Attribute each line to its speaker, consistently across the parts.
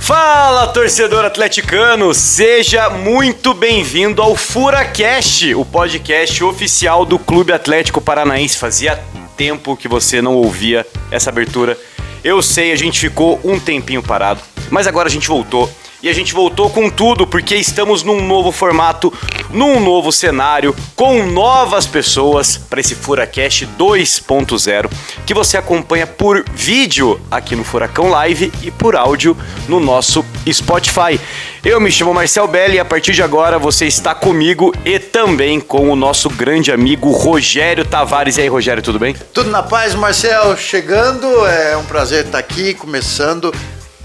Speaker 1: Fala, torcedor atleticano! Seja muito bem-vindo ao FuraCast, o podcast oficial do Clube Atlético Paranaense. Fazia tempo que você não ouvia essa abertura. Eu sei, a gente ficou um tempinho parado, mas agora a gente voltou. E a gente voltou com tudo, porque estamos num novo formato, num novo cenário, com novas pessoas para esse Furacast 2.0, que você acompanha por vídeo aqui no Furacão Live e por áudio no nosso Spotify. Eu me chamo Marcel Belli e a partir de agora você está comigo e também com o nosso grande amigo Rogério Tavares. E aí, Rogério, tudo bem?
Speaker 2: Tudo na paz, Marcel? Chegando, é um prazer estar aqui, começando,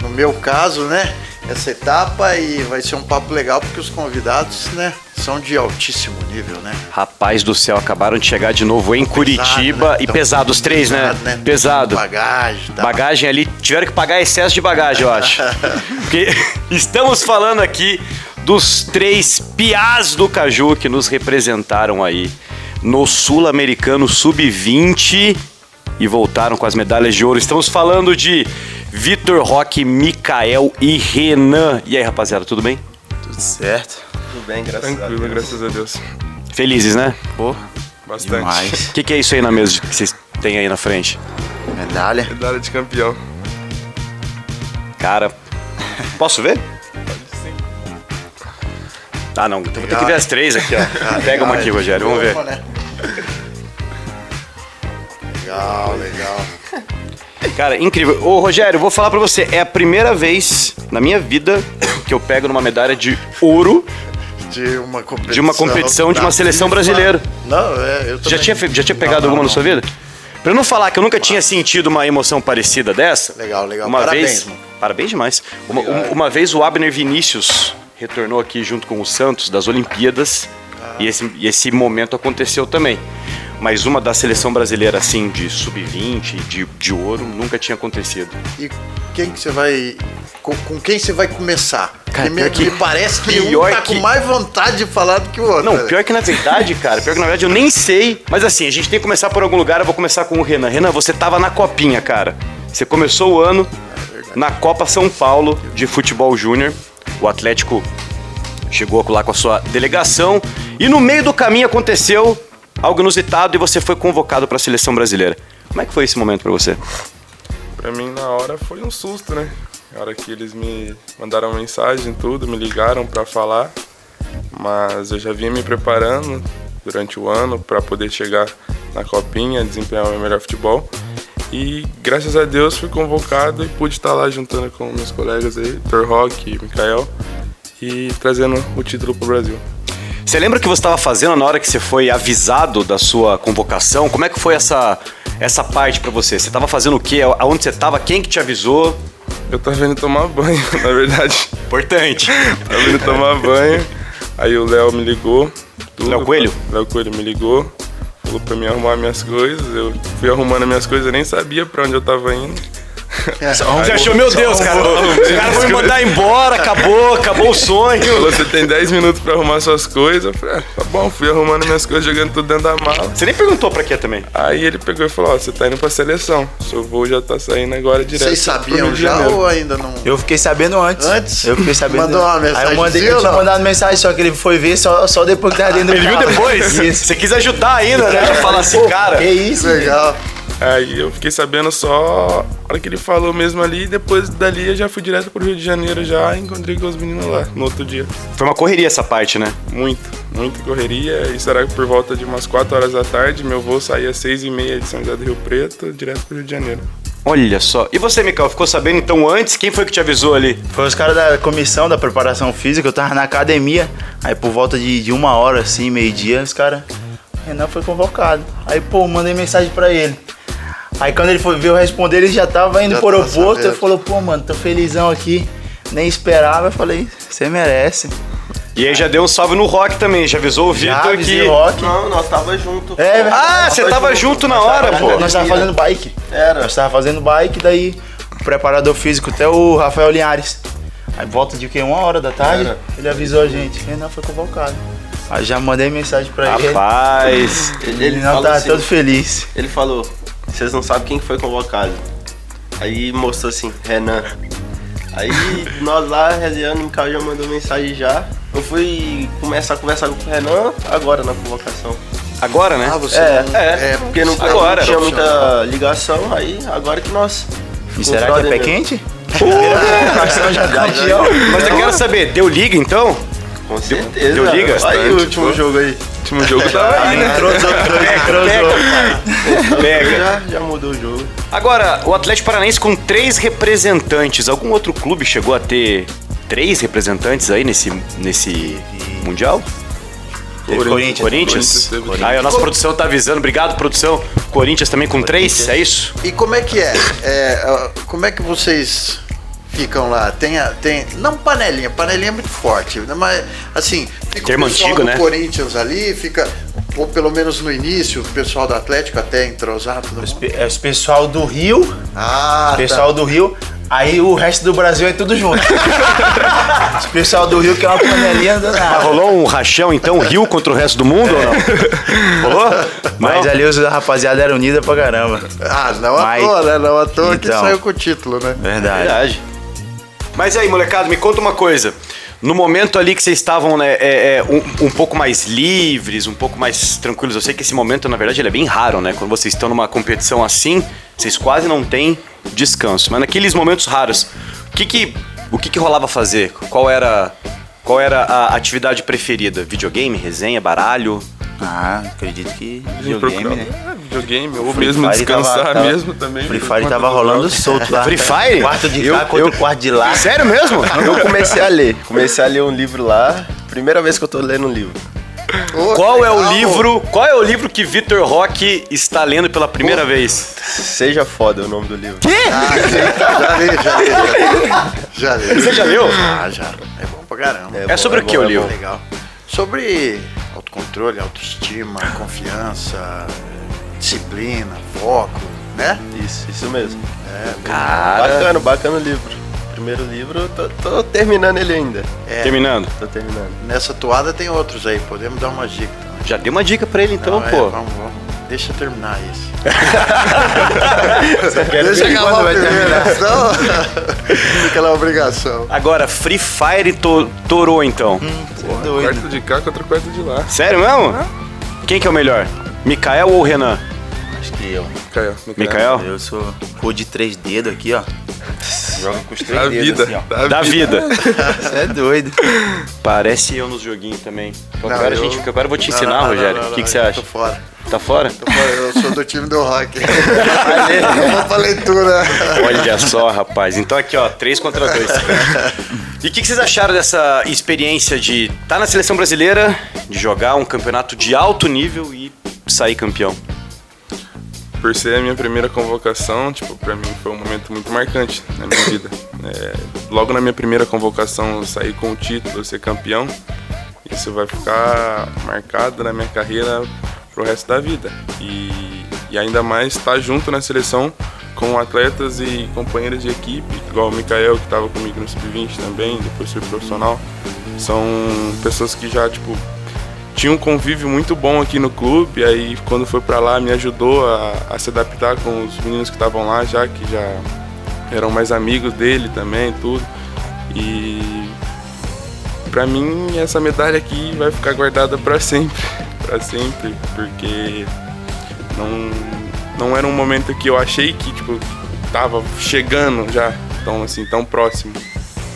Speaker 2: no meu caso, né? Essa etapa e vai ser um papo legal porque os convidados, né, são de altíssimo nível, né?
Speaker 1: Rapaz do céu, acabaram de chegar de novo em Curitiba
Speaker 2: né?
Speaker 1: e
Speaker 2: Então,
Speaker 1: pesado os três,
Speaker 2: pesado,
Speaker 1: né? Pesado.
Speaker 2: Bagagem, tá?
Speaker 1: Bagagem ali, tiveram que pagar excesso de bagagem, eu acho. Porque estamos falando aqui dos três piás do Caju que nos representaram aí no Sul-Americano Sub-20 e voltaram com as medalhas de ouro. Estamos falando de Vitor Roque, Mikael e Renan. E aí, rapaziada, tudo bem?
Speaker 3: Tudo certo. Tudo bem, graças
Speaker 4: Tranquilo,
Speaker 3: a Deus.
Speaker 4: graças a Deus.
Speaker 1: Felizes, né?
Speaker 3: Pô,
Speaker 4: Bastante.
Speaker 3: demais.
Speaker 1: O que, que é isso aí na mesa que vocês têm aí na frente?
Speaker 3: Medalha.
Speaker 4: Medalha de campeão.
Speaker 1: Cara, posso ver? Ah, não. Então vou ter que ver as três aqui, ó. Pega uma aqui, Rogério. Vamos ver.
Speaker 2: Uma, né? Legal, legal.
Speaker 1: Cara, incrível. Ô, Rogério, vou falar pra você. É a primeira vez na minha vida que eu pego numa medalha de ouro
Speaker 2: De uma competição.
Speaker 1: de uma competição de
Speaker 2: da
Speaker 1: uma seleção
Speaker 2: FIFA.
Speaker 1: brasileira.
Speaker 2: Não, é, eu
Speaker 1: Já
Speaker 2: também.
Speaker 1: tinha, fe- já tinha
Speaker 2: Não,
Speaker 1: pegado
Speaker 2: não,
Speaker 1: alguma na
Speaker 2: não.
Speaker 1: sua vida? Pra eu não falar que eu nunca tinha sentido uma emoção parecida dessa.
Speaker 2: Legal, legal.
Speaker 1: Uma
Speaker 2: Parabéns,
Speaker 1: vez,
Speaker 2: mano.
Speaker 1: Parabéns demais. Uma, um- uma vez o Abner Vinícius retornou aqui junto com o Santos das Olimpíadas
Speaker 2: Ah.
Speaker 1: e, esse, e esse momento aconteceu também. Mas uma da seleção brasileira, assim, de sub-20, de, de ouro, nunca tinha acontecido.
Speaker 2: E quem que você vai. Com, com quem você vai começar?
Speaker 1: Cara,
Speaker 2: Porque me,
Speaker 1: pior que-
Speaker 2: me parece que
Speaker 1: pior
Speaker 2: um tá
Speaker 1: que-
Speaker 2: com mais vontade de falar do que o outro.
Speaker 1: Não, pior que na verdade, cara, pior que na verdade eu nem sei. Mas assim, a gente tem que começar por algum lugar, eu vou começar com o Renan. Renan, você tava na copinha, cara. Você começou o ano na Copa São Paulo de Futebol Júnior. O Atlético chegou lá com a sua delegação. E no meio do caminho aconteceu algo inusitado e você foi convocado para a seleção brasileira. Como é que foi esse momento para você?
Speaker 4: Pra mim, na hora, foi um susto, né? Na hora que eles me mandaram mensagem, tudo, me ligaram pra falar. Mas eu já vinha me preparando durante o ano pra poder chegar na Copinha, desempenhar o meu melhor futebol. E graças a Deus fui convocado e pude estar lá juntando com meus colegas aí, Thor Rock e Mikael, e trazendo o título pro Brasil.
Speaker 1: Você lembra o que você estava fazendo na hora que você foi avisado da sua convocação? Como é que foi essa, essa parte para você? Você estava fazendo o quê? Aonde você estava? Quem que te avisou?
Speaker 4: Eu tava indo tomar banho, na verdade.
Speaker 1: Importante.
Speaker 4: Tava indo tomar banho. Aí o Léo me ligou. tudo.
Speaker 1: Léo Coelho?
Speaker 4: Léo Coelho me ligou. Falou pra mim arrumar minhas coisas. Eu fui arrumando minhas coisas, eu nem sabia pra onde eu tava indo.
Speaker 1: Você achou, meu Deus, cara, o cara foi me mandar embora, acabou, acabou o sonho.
Speaker 4: Falou, você tem 10 minutos pra arrumar suas coisas. Eu falei, ah, tá bom, fui arrumando minhas coisas, jogando tudo dentro da mala.
Speaker 1: Você nem perguntou pra quê também.
Speaker 4: Aí ele pegou e falou, ó, você tá indo pra seleção. Seu voo já tá saindo agora direto.
Speaker 2: Vocês sabiam
Speaker 4: pro Rio de
Speaker 2: já
Speaker 4: Janeiro."
Speaker 2: ou ainda não?
Speaker 3: Eu fiquei sabendo antes.
Speaker 2: Antes?
Speaker 3: Eu fiquei sabendo.
Speaker 2: Mandou uma mensagem,
Speaker 3: Aí eu mandei,
Speaker 2: viu,
Speaker 3: eu tinha
Speaker 2: não?
Speaker 3: mandado mensagem, só que ele foi ver só, só depois que tava dentro do
Speaker 1: Ele viu
Speaker 3: carro.
Speaker 1: depois?
Speaker 3: Isso.
Speaker 1: Você quis ajudar ainda, né? Já falar assim,
Speaker 3: Pô,
Speaker 1: cara.
Speaker 2: É
Speaker 3: Que isso?
Speaker 2: Legal.
Speaker 4: Aí eu fiquei sabendo só a hora que ele falou mesmo ali. E depois dali eu já fui direto pro Rio de Janeiro já e encontrei com os meninos lá no outro dia.
Speaker 1: Foi uma correria essa parte, né?
Speaker 4: Muito, muito correria. Isso era por volta de umas 4 horas da tarde. Meu voo saía às 6 e meia de São José do Rio Preto, direto pro Rio de Janeiro.
Speaker 1: Olha só. E você, Mikael, ficou sabendo então antes? Quem foi que te avisou ali?
Speaker 3: Foi os caras da comissão da preparação física, eu tava na academia. Aí por volta de, de uma hora, assim, meio-dia, os caras. Renan foi convocado. Aí, pô, mandei mensagem pra ele. Aí quando ele foi ver eu responder, ele já tava indo
Speaker 2: Já
Speaker 3: pro
Speaker 2: tava
Speaker 3: aeroporto.
Speaker 2: sabendo.
Speaker 3: Ele falou, pô, mano, tô felizão aqui. Nem esperava. Eu falei, você merece.
Speaker 1: E aí já deu um salve no rock também, já avisou o
Speaker 3: Já
Speaker 1: Vitor
Speaker 3: avisei
Speaker 1: que.
Speaker 3: o Rock.
Speaker 5: Não, nós tava junto.
Speaker 3: É,
Speaker 5: pô.
Speaker 3: velho.
Speaker 1: Ah, você tava junto na hora, pô.
Speaker 3: Nós tava fazendo bike.
Speaker 5: Era.
Speaker 3: Nós tava fazendo bike, daí o preparador físico, até o Rafael Linhares. Aí volta de que? Uma hora da tarde,
Speaker 5: Era.
Speaker 3: ele avisou a gente. Renan foi convocado. Aí já mandei mensagem pra ele.
Speaker 1: Rapaz.
Speaker 5: Ele,
Speaker 3: Ele,
Speaker 5: ele,
Speaker 3: não
Speaker 5: falou
Speaker 3: tá
Speaker 5: assim,
Speaker 3: todo feliz.
Speaker 5: ele falou, vocês não sabem quem foi convocado. Aí mostrou assim, Renan. Aí nós lá, resenhando, o Mikael já mandou mensagem já. Eu fui começar a conversar com o Renan agora na convocação.
Speaker 1: Agora, né?
Speaker 2: Ah, você
Speaker 5: É,
Speaker 2: não-
Speaker 5: é, porque não,
Speaker 1: agora,
Speaker 5: não tinha
Speaker 1: não
Speaker 5: muita ligação, aí agora que nós.
Speaker 3: E será que é pé quente?
Speaker 5: campeão?
Speaker 1: Mas eu quero saber, deu liga então?
Speaker 5: Com certeza.
Speaker 1: deu liga?
Speaker 5: Aí o último jogo aí.
Speaker 4: Último jogo tava aí, né?
Speaker 3: Entrou né? os outros dois, entrou o
Speaker 1: Pega,
Speaker 3: jogo.
Speaker 1: pai. Pega.
Speaker 5: Já, já mudou o jogo.
Speaker 1: Agora, o Atlético Paranaense com três representantes. Algum outro clube chegou a ter três representantes aí nesse, nesse Mundial?
Speaker 3: Teve Corinthians.
Speaker 1: Corinthians?
Speaker 4: Corinthians teve.
Speaker 1: Aí a nossa produção tá avisando. Obrigado, produção. Corinthians também com três, é isso?
Speaker 2: E como é que é? É, ah, Como é que vocês ficam lá? Tem, a- tem não panelinha, panelinha é muito forte, né? mas assim, fica
Speaker 1: Termo
Speaker 2: o pessoal
Speaker 1: antigo,
Speaker 2: do
Speaker 1: né?
Speaker 2: Corinthians ali, fica, ou pelo menos no início, o pessoal do Atlético até entrosar, tudo
Speaker 3: Os,
Speaker 2: mundo.
Speaker 3: pe- é os pessoal do Rio,
Speaker 2: Ah,
Speaker 3: pessoal do Rio, aí o resto do Brasil é tudo junto. os pessoal do Rio que é uma panelinha danada.
Speaker 1: Rolou um rachão, então, Rio contra o resto do mundo ou não? Rolou?
Speaker 3: Mas
Speaker 1: Não?
Speaker 3: ali os da rapaziada era unida pra caramba.
Speaker 2: tá. Ah, não à
Speaker 3: Mas-
Speaker 2: toa, né? Não à toa que
Speaker 3: Então.
Speaker 2: saiu com o título, né?
Speaker 3: Verdade.
Speaker 1: Verdade. Mas aí, molecada, me conta uma coisa. No momento ali que vocês estavam né, é, é, um, um pouco mais livres, um pouco mais tranquilos, eu sei que esse momento, na verdade, ele é bem raro, né? Quando vocês estão numa competição assim, vocês quase não têm descanso. Mas naqueles momentos raros, o que que, o que, que rolava fazer? Qual era, qual era a atividade preferida? Videogame, resenha, baralho?
Speaker 3: Ah, acredito que videogame,
Speaker 4: Procurava-
Speaker 3: né?
Speaker 4: É, videogame, ou
Speaker 3: Free
Speaker 4: mesmo
Speaker 3: Fire tava-
Speaker 4: descansar
Speaker 3: tava-
Speaker 4: mesmo também.
Speaker 3: Free
Speaker 4: por
Speaker 3: Fire
Speaker 4: conta
Speaker 3: tava
Speaker 4: do-
Speaker 3: rolando solto lá.
Speaker 1: Free Fire?
Speaker 3: Quarto de
Speaker 1: Eu-
Speaker 3: cá contra
Speaker 1: eu-
Speaker 3: quarto de lá.
Speaker 1: Sério mesmo?
Speaker 5: Eu comecei a ler. Comecei a ler um livro lá. Primeira vez que eu tô lendo um livro.
Speaker 2: Ô,
Speaker 1: Qual é o
Speaker 2: legal.
Speaker 1: livro? Qual é o livro que Vitor Roque está lendo pela primeira vez?
Speaker 5: Seja foda é o nome do livro.
Speaker 2: Ah, já li, já li, já li. Já li.
Speaker 1: Você já leu?
Speaker 2: Ah, já. É bom pra caramba.
Speaker 1: É sobre o que o
Speaker 5: bom, é
Speaker 1: livro?
Speaker 2: Legal. Sobre autocontrole, autoestima, confiança, disciplina, foco, né?
Speaker 5: Isso, isso mesmo.
Speaker 1: Cara.
Speaker 5: É, Bacana, bacana o livro. Primeiro livro, eu tô, tô terminando ele ainda.
Speaker 2: É,
Speaker 1: Terminando.
Speaker 5: Tô terminando.
Speaker 2: nessa toada tem outros aí, podemos dar uma dica também.
Speaker 1: Já dei uma dica pra ele então,
Speaker 2: Não, é,
Speaker 1: pô.
Speaker 2: vamos, vamos. Deixa eu terminar isso.
Speaker 3: Quero
Speaker 2: Deixa
Speaker 3: ver quando
Speaker 2: acabar
Speaker 3: vai terminar.
Speaker 2: primeiro, senão fica na obrigação.
Speaker 1: Agora, Free Fire to Torou então.
Speaker 2: Hum.
Speaker 3: Doido. né?
Speaker 4: Quarto de cá contra quarto de lá.
Speaker 1: Sério mesmo? Quem que é o melhor? Mikael ou Renan?
Speaker 3: Acho que eu.
Speaker 4: Mikael.
Speaker 1: Mikael?
Speaker 3: Eu sou cor de três dedos aqui, ó. Joga com os três
Speaker 4: Da
Speaker 3: dedos
Speaker 4: vida.
Speaker 3: assim, ó.
Speaker 1: Da vida.
Speaker 3: Você é doido.
Speaker 1: Parece eu nos joguinhos também. Então,
Speaker 2: Não,
Speaker 1: agora,
Speaker 2: eu-
Speaker 1: gente, agora eu vou te
Speaker 2: Não,
Speaker 1: ensinar,
Speaker 2: não, não,
Speaker 1: Rogério.
Speaker 2: não,
Speaker 1: O que,
Speaker 2: não,
Speaker 1: que você
Speaker 2: eu
Speaker 1: acha?
Speaker 2: Tô fora.
Speaker 1: Tá fora?
Speaker 2: Tô fora, Eu sou do time do rock. Vamos pra leitura.
Speaker 1: Olha só, rapaz. Então aqui, ó, três contra dois. E o que, que vocês acharam dessa experiência de estar na seleção brasileira, de jogar um campeonato de alto nível e sair campeão?
Speaker 4: Por ser a minha primeira convocação, tipo, pra mim foi um momento muito marcante na minha vida. É, logo na minha primeira convocação, eu sair com o título, eu ser campeão. Isso vai ficar marcado na minha carreira pro resto da vida. E, e ainda mais estar junto na seleção com atletas e companheiros de equipe, igual o Mikael, que estava comigo no Sub-20 também, depois foi profissional. São pessoas que já, tipo, tinha um convívio muito bom aqui no clube, aí quando foi pra lá me ajudou a, a se adaptar com os meninos que estavam lá já, que já eram mais amigos dele também, tudo. E pra mim essa medalha aqui vai ficar guardada pra sempre, pra sempre, porque não não era um momento que eu achei que tipo tava chegando já, tão assim, tão próximo.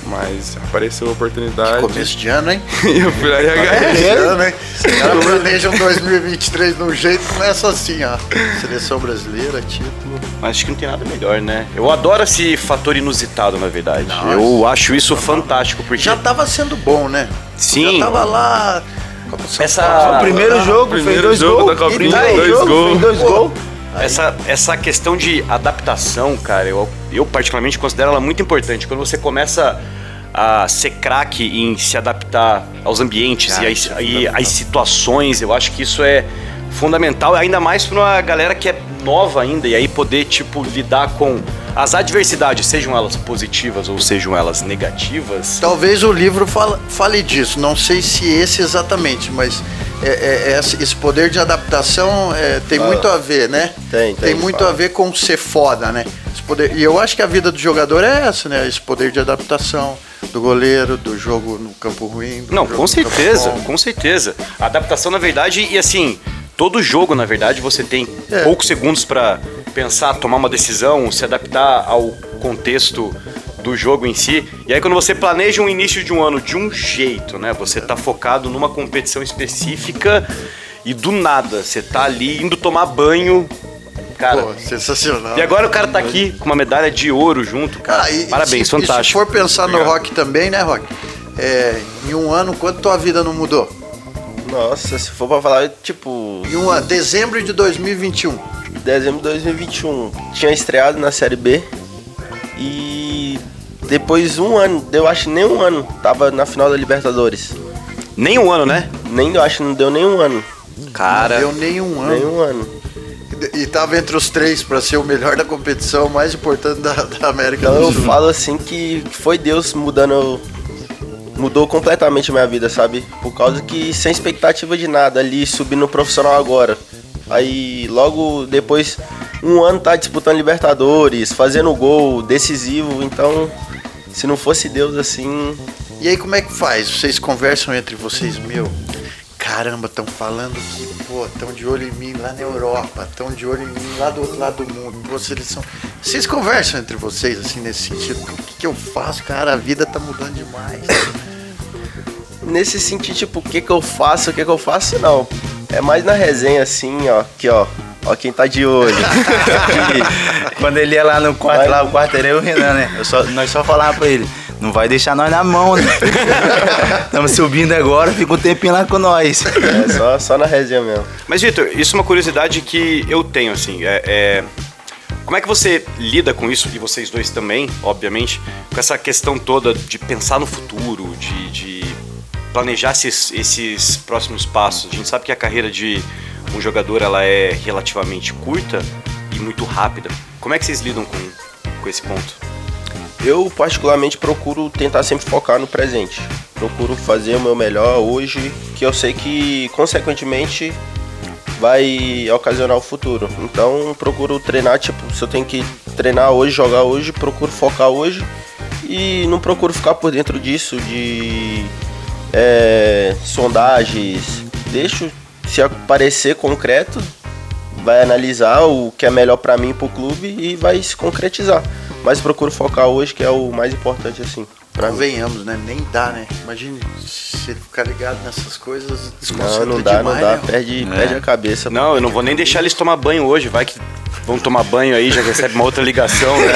Speaker 4: Mas apareceu a oportunidade
Speaker 2: É Começo de ano, hein?
Speaker 4: e eu fui lá e agarrei.
Speaker 2: Esse ano, hein? Os caras planejam 2023 de um jeito, começa assim, ó. Seleção brasileira, título.
Speaker 1: Acho que não tem nada melhor, né? Eu adoro esse fator inusitado, na verdade.
Speaker 2: Nossa.
Speaker 1: Eu acho isso fantástico, porque.
Speaker 2: Já tava sendo bom, né?
Speaker 1: Sim.
Speaker 2: Já tava lá. Copa São
Speaker 1: Essa-
Speaker 2: Paulo,
Speaker 1: Ah,
Speaker 3: Primeiro
Speaker 2: lá.
Speaker 3: jogo, fez
Speaker 4: primeiro
Speaker 3: dois
Speaker 4: jogo
Speaker 3: gols.
Speaker 4: da Copinha,
Speaker 3: Primeiro
Speaker 4: dois
Speaker 3: jogo,
Speaker 4: gols.
Speaker 3: Fez dois gols.
Speaker 1: Essa, essa questão de adaptação, cara, eu, eu particularmente considero ela muito importante. Quando você começa a ser craque em se adaptar aos ambientes e, às,
Speaker 2: é
Speaker 1: e às situações, eu acho que isso é fundamental, ainda mais para uma galera que é nova ainda e aí poder, tipo, lidar com as adversidades, sejam elas positivas ou sejam elas negativas.
Speaker 2: Talvez o livro fala- fale disso, não sei se esse exatamente, mas é- é- é esse esse poder de adaptação é, tem muito a ver, né?
Speaker 5: Ah, Tem, tem,
Speaker 2: muito
Speaker 5: fala.
Speaker 2: a ver com ser foda, né? Você poder. E eu acho que a vida do jogador é essa, né? Esse poder de adaptação do goleiro, do jogo no campo ruim. do
Speaker 1: Não,
Speaker 2: jogo
Speaker 1: com
Speaker 2: no campo
Speaker 1: certeza,
Speaker 2: bom.
Speaker 1: com certeza. A adaptação, na verdade, e assim, todo jogo, na verdade, você tem
Speaker 2: É.
Speaker 1: poucos segundos pra pensar, tomar uma decisão, se adaptar ao contexto do jogo em si. E aí quando você planeja um início de um ano de um jeito, né? Você tá focado numa competição específica e do nada, você tá ali indo tomar banho. Cara,
Speaker 2: Pô, sensacional.
Speaker 1: e agora o cara tá aqui com uma medalha de ouro junto, cara.
Speaker 2: Cara, Ah, e-
Speaker 1: Parabéns,
Speaker 2: e se, E se
Speaker 1: fantástico.
Speaker 2: for pensar no
Speaker 4: Obrigado.
Speaker 2: rock também, né, rock? É, em um ano, quanto tua vida não mudou?
Speaker 5: Nossa, se for pra falar, tipo,
Speaker 2: Em um ano, dezembro de 2021.
Speaker 5: dezembro de 2021, tinha estreado na Série B e depois um ano, eu acho nem um ano, tava na final da Libertadores.
Speaker 1: Nem um ano, né?
Speaker 5: Nem, eu acho, não deu nem um ano,
Speaker 1: Cara,
Speaker 2: Deu nem um ano.
Speaker 5: nem um ano.
Speaker 2: E tava entre os três pra ser o melhor da competição, o mais importante da, da América do
Speaker 5: Então eu
Speaker 2: Sul.
Speaker 5: falo assim que foi Deus mudando, mudou completamente a minha vida, sabe? Por causa que sem expectativa de nada, ali subindo no profissional agora. Aí logo depois, um ano tá disputando Libertadores, fazendo gol, decisivo, então se não fosse Deus assim,
Speaker 2: E aí, como é que faz? Vocês conversam entre vocês, meu? Caramba, estão falando que, pô, estão de olho em mim lá na Europa, estão de olho em mim lá do outro lado do mundo. Pô, seleção. Vocês conversam entre vocês, assim, nesse sentido? O que, que eu faço, cara? A vida tá mudando demais.
Speaker 5: nesse sentido, tipo, o que que eu faço, o que que eu faço, não. É mais na resenha, assim, ó, aqui, ó. Ó quem tá de olho.
Speaker 3: Quando ele ia lá no quarto,
Speaker 5: Vai.
Speaker 3: lá o quarto era eu e o Renan, né? Eu só, nós só falava pra ele, não vai deixar nós na mão, né? Estamos subindo agora, fica um tempinho lá com nós.
Speaker 5: é, só, só na resenha mesmo.
Speaker 1: Mas, Vitor, isso é uma curiosidade que eu tenho, assim. É, é- Como é que você lida com isso, e vocês dois também, obviamente, com essa questão toda de pensar no futuro, de, de planejar esses, esses próximos passos? A gente sabe que a carreira de um jogador ela é relativamente curta e muito rápida. Como é que vocês lidam com, com esse ponto?
Speaker 5: Eu, particularmente, procuro tentar sempre focar no presente. Procuro fazer o meu melhor hoje, que eu sei que, consequentemente, vai ocasionar o futuro. Então, procuro treinar, tipo, se eu tenho que treinar hoje, jogar hoje, procuro focar hoje. E não procuro ficar por dentro disso, de é, sondagens. Deixo, se aparecer concreto, vai analisar o que é melhor pra mim e pro clube e vai se concretizar. Mas procuro focar hoje, que é o mais importante, assim, pra mim.
Speaker 2: Convenhamos, né? Nem dá, né? Imagine se ele ficar ligado nessas coisas, desconcentra
Speaker 5: Não, Ah, não dá,
Speaker 2: demais,
Speaker 5: não dá.
Speaker 2: né?
Speaker 5: Perde,
Speaker 3: É.
Speaker 5: perde a cabeça.
Speaker 1: Não, eu não vou nem deixar eles tomar banho hoje, vai que vão tomar banho aí, já recebe uma outra ligação, né?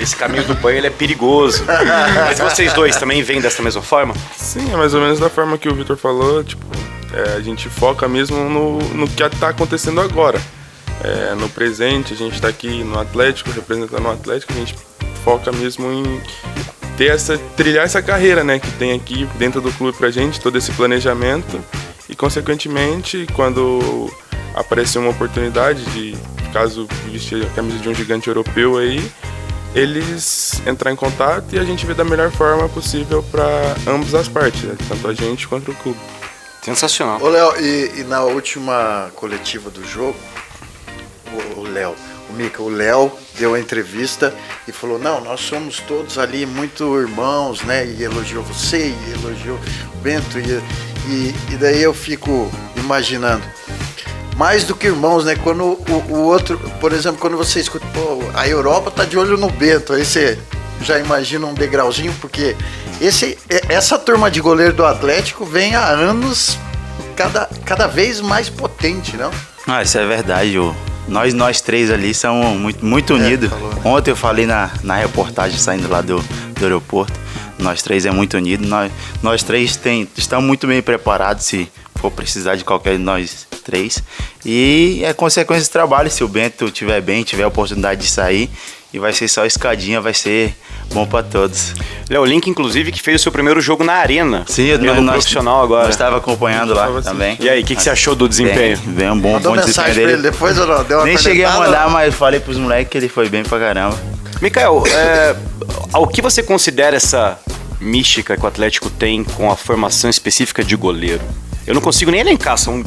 Speaker 1: Esse caminho do banho ele é perigoso. Mas vocês dois também vêm dessa mesma forma?
Speaker 4: Sim, é mais ou menos da forma que o Vitor falou, tipo, é, a gente foca mesmo no, no que tá acontecendo agora. É, no presente, a gente tá aqui no Atlético, representando o Atlético, a gente foca mesmo em ter essa, trilhar essa carreira, né, que tem aqui dentro do clube pra gente, todo esse planejamento. E, consequentemente, quando aparecer uma oportunidade de, caso vestir a camisa de um gigante europeu aí, eles entrar em contato e a gente vê da melhor forma possível para ambas as partes, né? tanto a gente quanto o clube.
Speaker 1: Sensacional.
Speaker 2: Ô, Léo, e, e na última coletiva do jogo, o- o Léo, o Mica, o Léo deu a entrevista e falou: Não, nós somos todos ali muito irmãos, né? E elogiou você, e elogiou o Bento, e, e, e daí eu fico imaginando. Mais do que irmãos, né? Quando o, o outro, por exemplo, quando você escuta, pô, a Europa tá de olho no Bento, aí você já imagina um degrauzinho, porque esse, e- essa turma de goleiro do Atlético vem há anos cada, cada vez mais potente, não?
Speaker 3: Ah, isso é verdade, ô. Nós, nós três ali somos muito, muito unidos.
Speaker 2: falou, né?
Speaker 3: Ontem eu falei na, na reportagem saindo lá do, do aeroporto. Nós três é muito unido. Nós, nós três tem, estamos muito bem preparados se for precisar de qualquer de nós três. E é consequência do trabalho. Se o Bento estiver bem, tiver a oportunidade de sair, e vai ser só escadinha, vai ser bom para todos.
Speaker 1: Léo Link, inclusive, que fez o seu primeiro jogo na arena.
Speaker 3: Sim,
Speaker 1: Pelo
Speaker 3: nós,
Speaker 1: um profissional agora. assim.
Speaker 3: Nós estava acompanhando lá
Speaker 4: Tava
Speaker 3: também.
Speaker 1: E aí, o que, que você achou do desempenho?
Speaker 3: Bem, bem, um bom,
Speaker 2: Mandou
Speaker 3: bom desempenho
Speaker 2: mensagem pra
Speaker 3: dele.
Speaker 2: ele depois ou não? Deu uma
Speaker 3: Nem cheguei a
Speaker 2: cornetada?
Speaker 3: mandar, mas falei pros moleques que ele foi bem pra caramba.
Speaker 1: Mikael, é, ao que você considera essa mística que o Atlético tem com a formação específica de goleiro? Eu não consigo nem elencar, são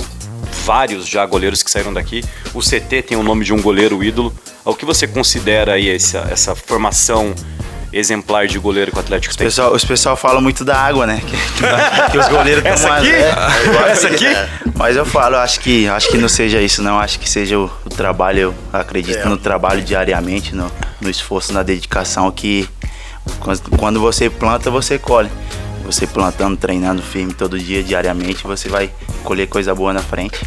Speaker 1: vários já goleiros que saíram daqui. O CT tem o nome de um goleiro ídolo. O que você considera aí essa, essa formação exemplar de goleiro que o Atlético tem?
Speaker 3: Pessoal, os pessoal fala muito da água, né? Que, que os goleiros
Speaker 1: Essa
Speaker 3: tomam
Speaker 1: aqui?
Speaker 3: as- é. eu acho
Speaker 1: Essa
Speaker 3: que-
Speaker 1: aqui?
Speaker 3: É. Mas eu falo, eu acho que, acho que não seja isso, não. Acho que seja o, o trabalho, eu acredito
Speaker 2: É.
Speaker 3: no trabalho diariamente, no, no esforço, na dedicação que quando- quando você planta, você colhe. Você plantando, treinando firme todo dia, diariamente, você vai colher coisa boa na frente.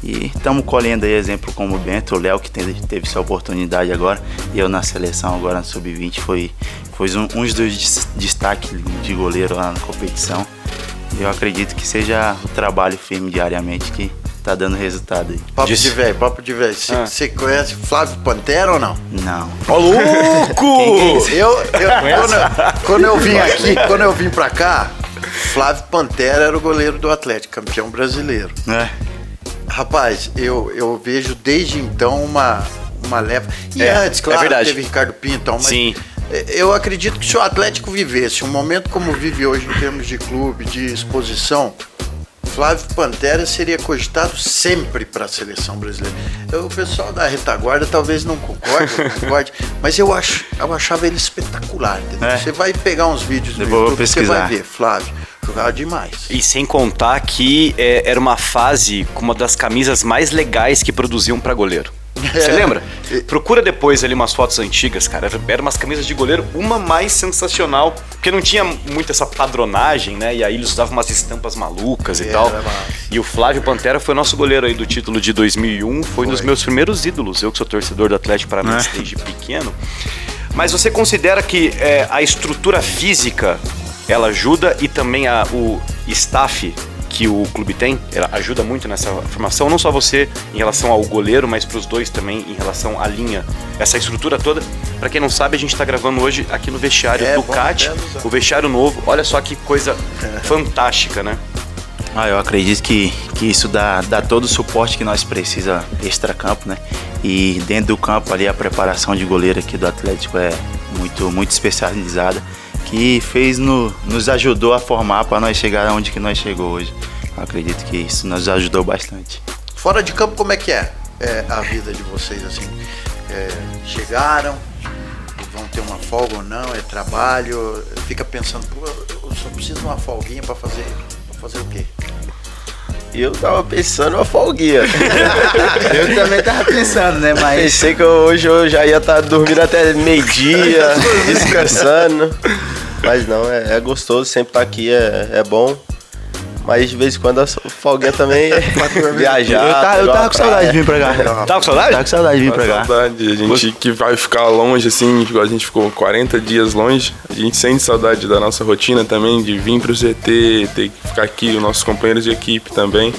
Speaker 3: E estamos colhendo aí exemplo como o Bento, o Léo, que tem- teve sua oportunidade agora, e eu na seleção agora no Sub-20, foi, foi um, um dos des- destaques de goleiro lá na competição. E eu acredito que seja o trabalho firme diariamente que tá dando resultado aí.
Speaker 2: Papo
Speaker 1: Disse.
Speaker 2: de velho, papo de velho. Você
Speaker 1: Ah.
Speaker 2: você conhece Flávio Pantera ou não?
Speaker 3: Não.
Speaker 1: Ô, louco!
Speaker 2: Eu, eu- quando, eu- quando eu vim aqui, quando eu vim pra cá, Flávio Pantera era o goleiro do Atlético, campeão brasileiro.
Speaker 3: É.
Speaker 2: Rapaz, eu, eu vejo desde então uma, uma leva. E
Speaker 1: É,
Speaker 2: antes,
Speaker 1: é
Speaker 2: claro,
Speaker 1: verdade.
Speaker 2: teve Ricardo Pinto, então, mas é,
Speaker 1: Sim.
Speaker 2: eu acredito que se o Atlético vivesse um momento como vive hoje em termos de clube, de exposição, Flávio Pantera seria cogitado sempre para a seleção brasileira. Eu- O pessoal da retaguarda talvez não concorde, não concorde mas eu, acho, eu achava ele espetacular. entendeu?
Speaker 3: É.
Speaker 2: Você vai pegar uns vídeos no
Speaker 3: Eu vou
Speaker 2: YouTube, você vai
Speaker 3: pesquisar.
Speaker 2: ver, Flávio, jogava demais.
Speaker 1: E sem contar que é, era uma fase com uma das camisas mais legais que produziam pra goleiro. Você
Speaker 2: É.
Speaker 1: lembra?
Speaker 2: E-
Speaker 1: Procura depois ali umas fotos antigas, cara. Era- Eram umas camisas de goleiro, uma mais sensacional, porque não tinha muito essa padronagem, né? E aí eles usavam umas estampas malucas e
Speaker 2: É, Era
Speaker 1: tal.
Speaker 2: massa.
Speaker 1: E o Flávio Pantera foi nosso goleiro aí do título de 2001, foi, um dos meus primeiros ídolos. Eu que sou torcedor do Atlético Paranaense
Speaker 2: É.
Speaker 1: desde pequeno. Mas você considera que é, a estrutura física ela ajuda e também a- o staff que o clube tem ela ajuda muito nessa formação, não só você em relação ao goleiro, mas para os dois também em relação à linha, essa estrutura toda. Para quem não sabe, a gente está gravando hoje aqui no vestiário
Speaker 2: É,
Speaker 1: do
Speaker 2: bom
Speaker 1: CAT,
Speaker 2: até avisar.
Speaker 1: o vestiário novo. Olha só que coisa fantástica, né?
Speaker 3: Ah, eu acredito que, que isso dá, dá todo o suporte que nós precisa extra-campo, né? E dentro do campo ali a preparação de goleiro aqui do Atlético é muito, muito especializada, que fez no, nos ajudou a formar para nós chegar onde que nós chegou hoje. Eu acredito que isso nos ajudou bastante.
Speaker 2: Fora de campo, como é que é, é, a vida de vocês, assim? É, chegaram, vão ter uma folga ou não, é trabalho, fica pensando, pô, eu só preciso de uma folguinha pra fazer, pra fazer o quê?
Speaker 5: Eu tava pensando uma folguinha.
Speaker 3: Eu também tava pensando, né?
Speaker 5: Pensei que eu- hoje eu já ia estar dormindo até meio-dia, descansando. Mas não, é, é gostoso, sempre estar aqui é, é bom. Mas de vez em quando a so- folguinha também é
Speaker 3: Tá
Speaker 5: viajar.
Speaker 3: eu tava, eu
Speaker 5: pegar
Speaker 3: tava
Speaker 5: uma
Speaker 3: com saudade de vir pra cá.
Speaker 1: Tá com saudade?
Speaker 3: Tava com saudade de vir pra cá.
Speaker 4: saudade. A gente que vai ficar longe, assim, igual a gente ficou 40 dias longe, a gente sente saudade da nossa rotina também, de vir pro CT, ter que ficar aqui, os nossos companheiros de equipe também.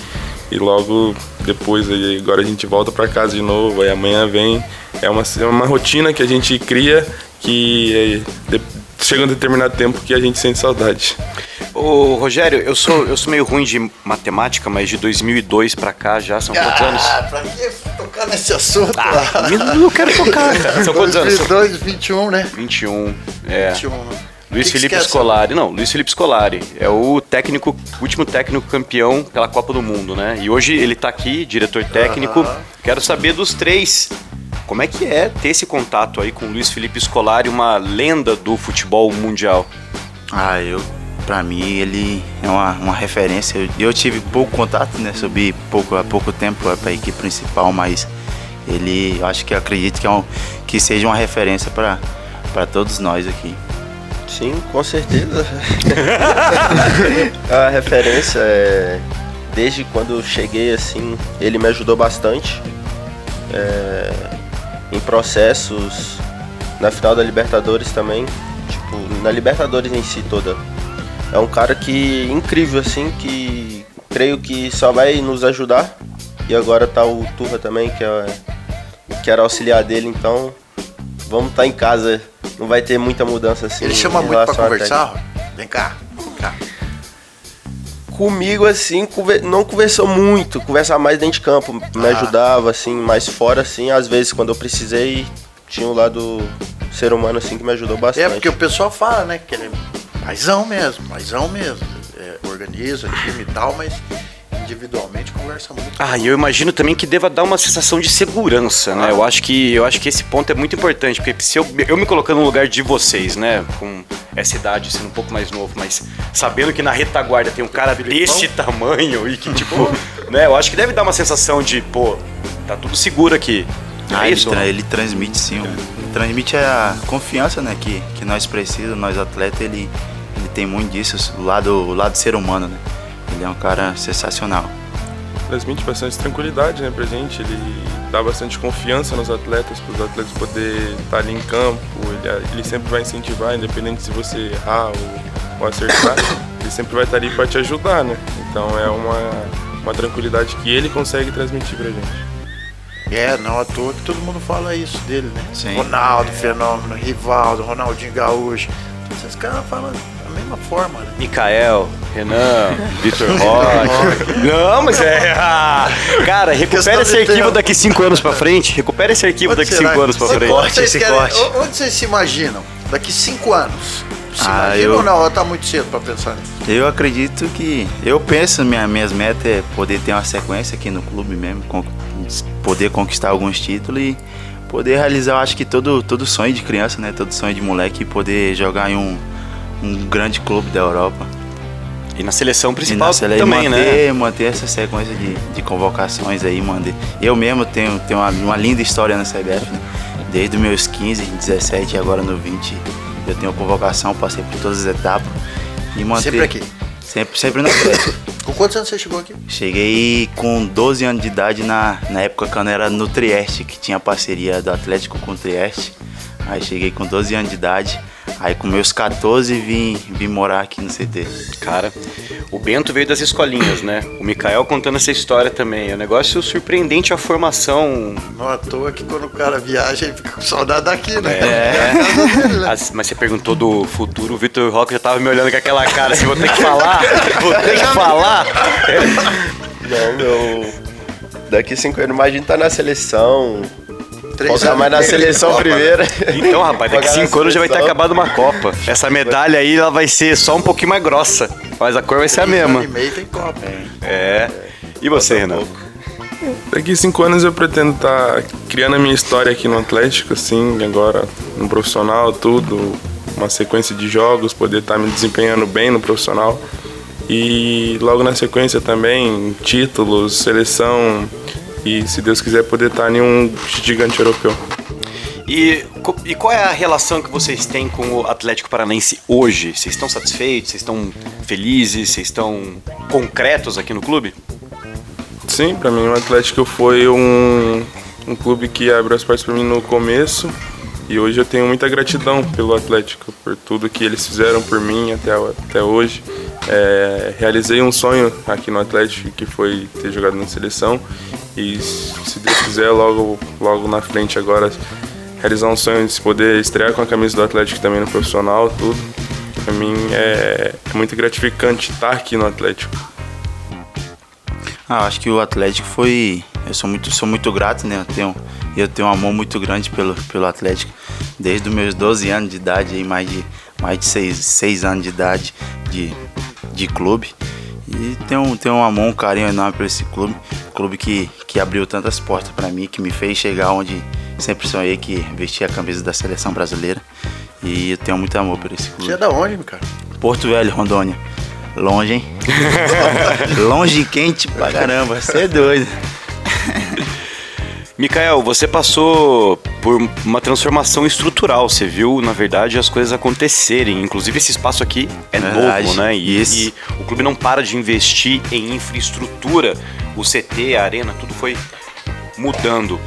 Speaker 4: E logo depois, aí, agora a gente volta pra casa de novo, aí amanhã vem. É uma, é uma rotina que a gente cria que é, de- chega um determinado tempo que a gente sente saudade.
Speaker 1: Ô, Rogério, eu sou, eu sou meio ruim de matemática, mas de 2002 pra cá já são quantos anos?
Speaker 2: pra que tocar nesse assunto?
Speaker 1: Ah, eu não quero tocar, cara. São quantos anos? São
Speaker 2: 22, 21, né?
Speaker 1: 21. É.
Speaker 2: 21. né? O que
Speaker 1: Luiz
Speaker 2: que
Speaker 1: Felipe
Speaker 2: esquece?
Speaker 1: Scolari. Não, Luiz Felipe Scolari. É o técnico, último técnico campeão pela Copa do Mundo, né? E hoje ele tá aqui, diretor técnico.
Speaker 2: Aham.
Speaker 1: Quero saber dos três. Como é que é ter esse contato aí com o Luiz Felipe Scolari, uma lenda do futebol mundial?
Speaker 3: Ah, eu, pra mim, ele é uma, uma referência. Eu, eu tive pouco contato, né? Subi pouco, há pouco tempo para a equipe principal, mas ele, eu acho que eu acredito que, é um, que seja uma referência pra para todos nós aqui.
Speaker 5: Sim, com certeza. a referência é. Desde quando eu cheguei, assim, ele me ajudou bastante. é, em processos. Na final da Libertadores também. Tipo, na Libertadores em si toda. É um cara que. incrível, assim, que creio que só vai nos ajudar. E agora tá o Turra também, que, é, que era auxiliar dele, então. Vamos estar em casa. Não vai ter muita mudança assim.
Speaker 2: Ele
Speaker 5: em
Speaker 2: chama muito pra
Speaker 5: relação à
Speaker 2: conversar? Rod? Vem cá, vem cá.
Speaker 5: comigo assim, conver- não conversou muito, conversava mais dentro de campo, me
Speaker 2: Ah.
Speaker 5: ajudava assim, mais fora assim, às vezes quando eu precisei, tinha o lado ser humano assim que me ajudou bastante.
Speaker 2: É porque o pessoal fala, né? Que ele é paizão mesmo, paizão mesmo. É, organiza time e tal, mas individualmente conversa muito.
Speaker 1: Ah, e eu imagino também que deva dar uma sensação de segurança, né? Eu acho que eu acho que esse ponto é muito importante, porque se eu, eu me colocando no lugar de vocês, né, com essa idade, sendo um pouco mais novo, mas sabendo que na retaguarda tem um cara desse tamanho e que tipo, né, eu acho que deve dar uma sensação de, pô, tá tudo seguro aqui. Não
Speaker 3: Ah,
Speaker 1: é
Speaker 3: ele,
Speaker 1: isso? É.
Speaker 3: tra- ele transmite sim. Ele transmite a confiança né, que, que nós precisamos, nós atletas, ele, ele tem muito disso, o lado, o lado ser humano, né? Ele é um cara sensacional.
Speaker 4: transmite bastante tranquilidade né, pra gente, ele dá bastante confiança nos atletas, para os atletas poder estar ali em campo, ele, ele sempre vai incentivar, independente se você errar ou, ou acertar, ele sempre vai estar ali para te ajudar, né? Então é uma, uma tranquilidade que ele consegue transmitir pra gente.
Speaker 2: É, não à toa que todo mundo fala isso dele, né?
Speaker 3: Sim.
Speaker 2: Ronaldo, Fenômeno, Rivaldo, Ronaldinho Gaúcho. Esses caras falam da mesma forma, né?
Speaker 1: Mikael, Renan, Vitor Roque. Não, mas é. ah, Cara, recupera
Speaker 2: Questão
Speaker 1: esse
Speaker 2: de
Speaker 1: arquivo
Speaker 2: tempo.
Speaker 1: daqui cinco anos pra frente. Recupera esse arquivo
Speaker 2: Onde
Speaker 1: daqui
Speaker 2: será
Speaker 1: cinco
Speaker 2: que-
Speaker 1: anos pra
Speaker 2: né? onde-
Speaker 1: frente.
Speaker 2: onde
Speaker 3: Esse
Speaker 2: vocês
Speaker 3: corte,
Speaker 2: querem-
Speaker 3: esse corte.
Speaker 2: Onde vocês se imaginam? Daqui cinco anos. Se
Speaker 3: Ah,
Speaker 2: imaginam
Speaker 3: eu-
Speaker 2: ou não? Tá muito cedo pra pensar nisso.
Speaker 3: Eu acredito que. Eu penso, minha, minhas metas é poder ter uma sequência aqui no clube mesmo, con- poder conquistar alguns títulos e poder realizar, eu acho que todo, todo sonho de criança, né? Todo sonho de moleque e poder jogar em um, um grande clube da Europa.
Speaker 1: E na seleção
Speaker 3: E
Speaker 1: principal
Speaker 3: na seleção
Speaker 1: também, né?
Speaker 3: manter, manter essa sequência de, de convocações aí, manter. Eu mesmo tenho, tenho uma, uma linda história na CBF, né? Desde os meus 15, 17 e agora no 20, eu tenho convocação, passei por todas as etapas. E manter,
Speaker 2: Sempre aqui.
Speaker 3: Sempre, sempre no Atlético.
Speaker 2: Com quantos anos você chegou aqui?
Speaker 3: Cheguei com 12 anos de idade na, na época quando era no Trieste, que tinha parceria do Atlético com o Trieste. Aí cheguei com 12 anos de idade. Aí com meus 14 vim, vim morar aqui no CT.
Speaker 1: Cara, o Bento veio das escolinhas, né? O Mikael contando essa história também. É um negócio surpreendente a formação.
Speaker 2: Não à toa que quando o cara viaja, ele fica com saudade daqui, né?
Speaker 1: É, As- mas você perguntou do futuro, o Vitor Roque já tava me olhando com aquela cara assim, vou ter que falar, vou ter que falar.
Speaker 5: Não, né? meu. Daqui cinco anos, imagina tá na seleção.
Speaker 2: Três
Speaker 5: Faltar
Speaker 2: anos
Speaker 5: mais na
Speaker 2: e meio de
Speaker 5: seleção
Speaker 2: Copa.
Speaker 5: primeira.
Speaker 1: Então, rapaz, daqui
Speaker 5: Jogar na
Speaker 1: cinco anos já vai ter
Speaker 5: seleção.
Speaker 1: acabado uma Copa. Essa medalha aí, ela vai ser só um pouquinho mais grossa, mas a cor vai ser a
Speaker 2: Três
Speaker 1: mesma.
Speaker 2: anos e meio tem Copa.
Speaker 1: É. E você, Renan?
Speaker 4: Daqui cinco anos eu pretendo estar criando a minha história aqui no Atlético, assim, agora no profissional, tudo, uma sequência de jogos, poder estar me desempenhando bem no profissional. E logo na sequência também, títulos, seleção e, se Deus quiser, poder estar em um gigante europeu.
Speaker 1: E, co- e qual é a relação que vocês têm com o Atlético Paranaense hoje? Vocês estão satisfeitos? Vocês estão felizes? Vocês estão concretos aqui no clube?
Speaker 4: Sim, pra mim o Atlético foi um, um clube que abriu as portas pra mim no começo e hoje eu tenho muita gratidão pelo Atlético, por tudo que eles fizeram por mim até, até hoje. É, realizei um sonho aqui no Atlético que foi ter jogado na seleção e se Deus quiser logo, logo na frente agora realizar um sonho de se poder estrear com a camisa do Atlético também no profissional, tudo. Pra mim é muito gratificante estar aqui no Atlético.
Speaker 3: Ah, acho que o Atlético foi. Eu sou muito, sou muito grato, né? Eu tenho, eu tenho um amor muito grande pelo, pelo Atlético. Desde os meus 12 anos de idade, aí, mais de, mais de 6, anos de idade de, de clube. E tenho, tenho um amor, um carinho enorme por esse clube. Clube que, que abriu tantas portas para mim, que me fez chegar onde sempre sonhei, que vestir a camisa da seleção brasileira. E eu tenho muito amor por esse clube.
Speaker 2: Você é da onde, cara?
Speaker 3: Porto Velho, Rondônia. Longe, hein? Longe e quente pra caramba. Você é doido.
Speaker 1: Mikael, você passou por uma transformação estrutural. Você viu, na verdade, as coisas acontecerem. Inclusive, esse espaço aqui é
Speaker 3: Verdade,
Speaker 1: novo, né? E,
Speaker 3: isso.
Speaker 1: e o clube não para de investir em infraestrutura. O CT, a arena, tudo foi mudando.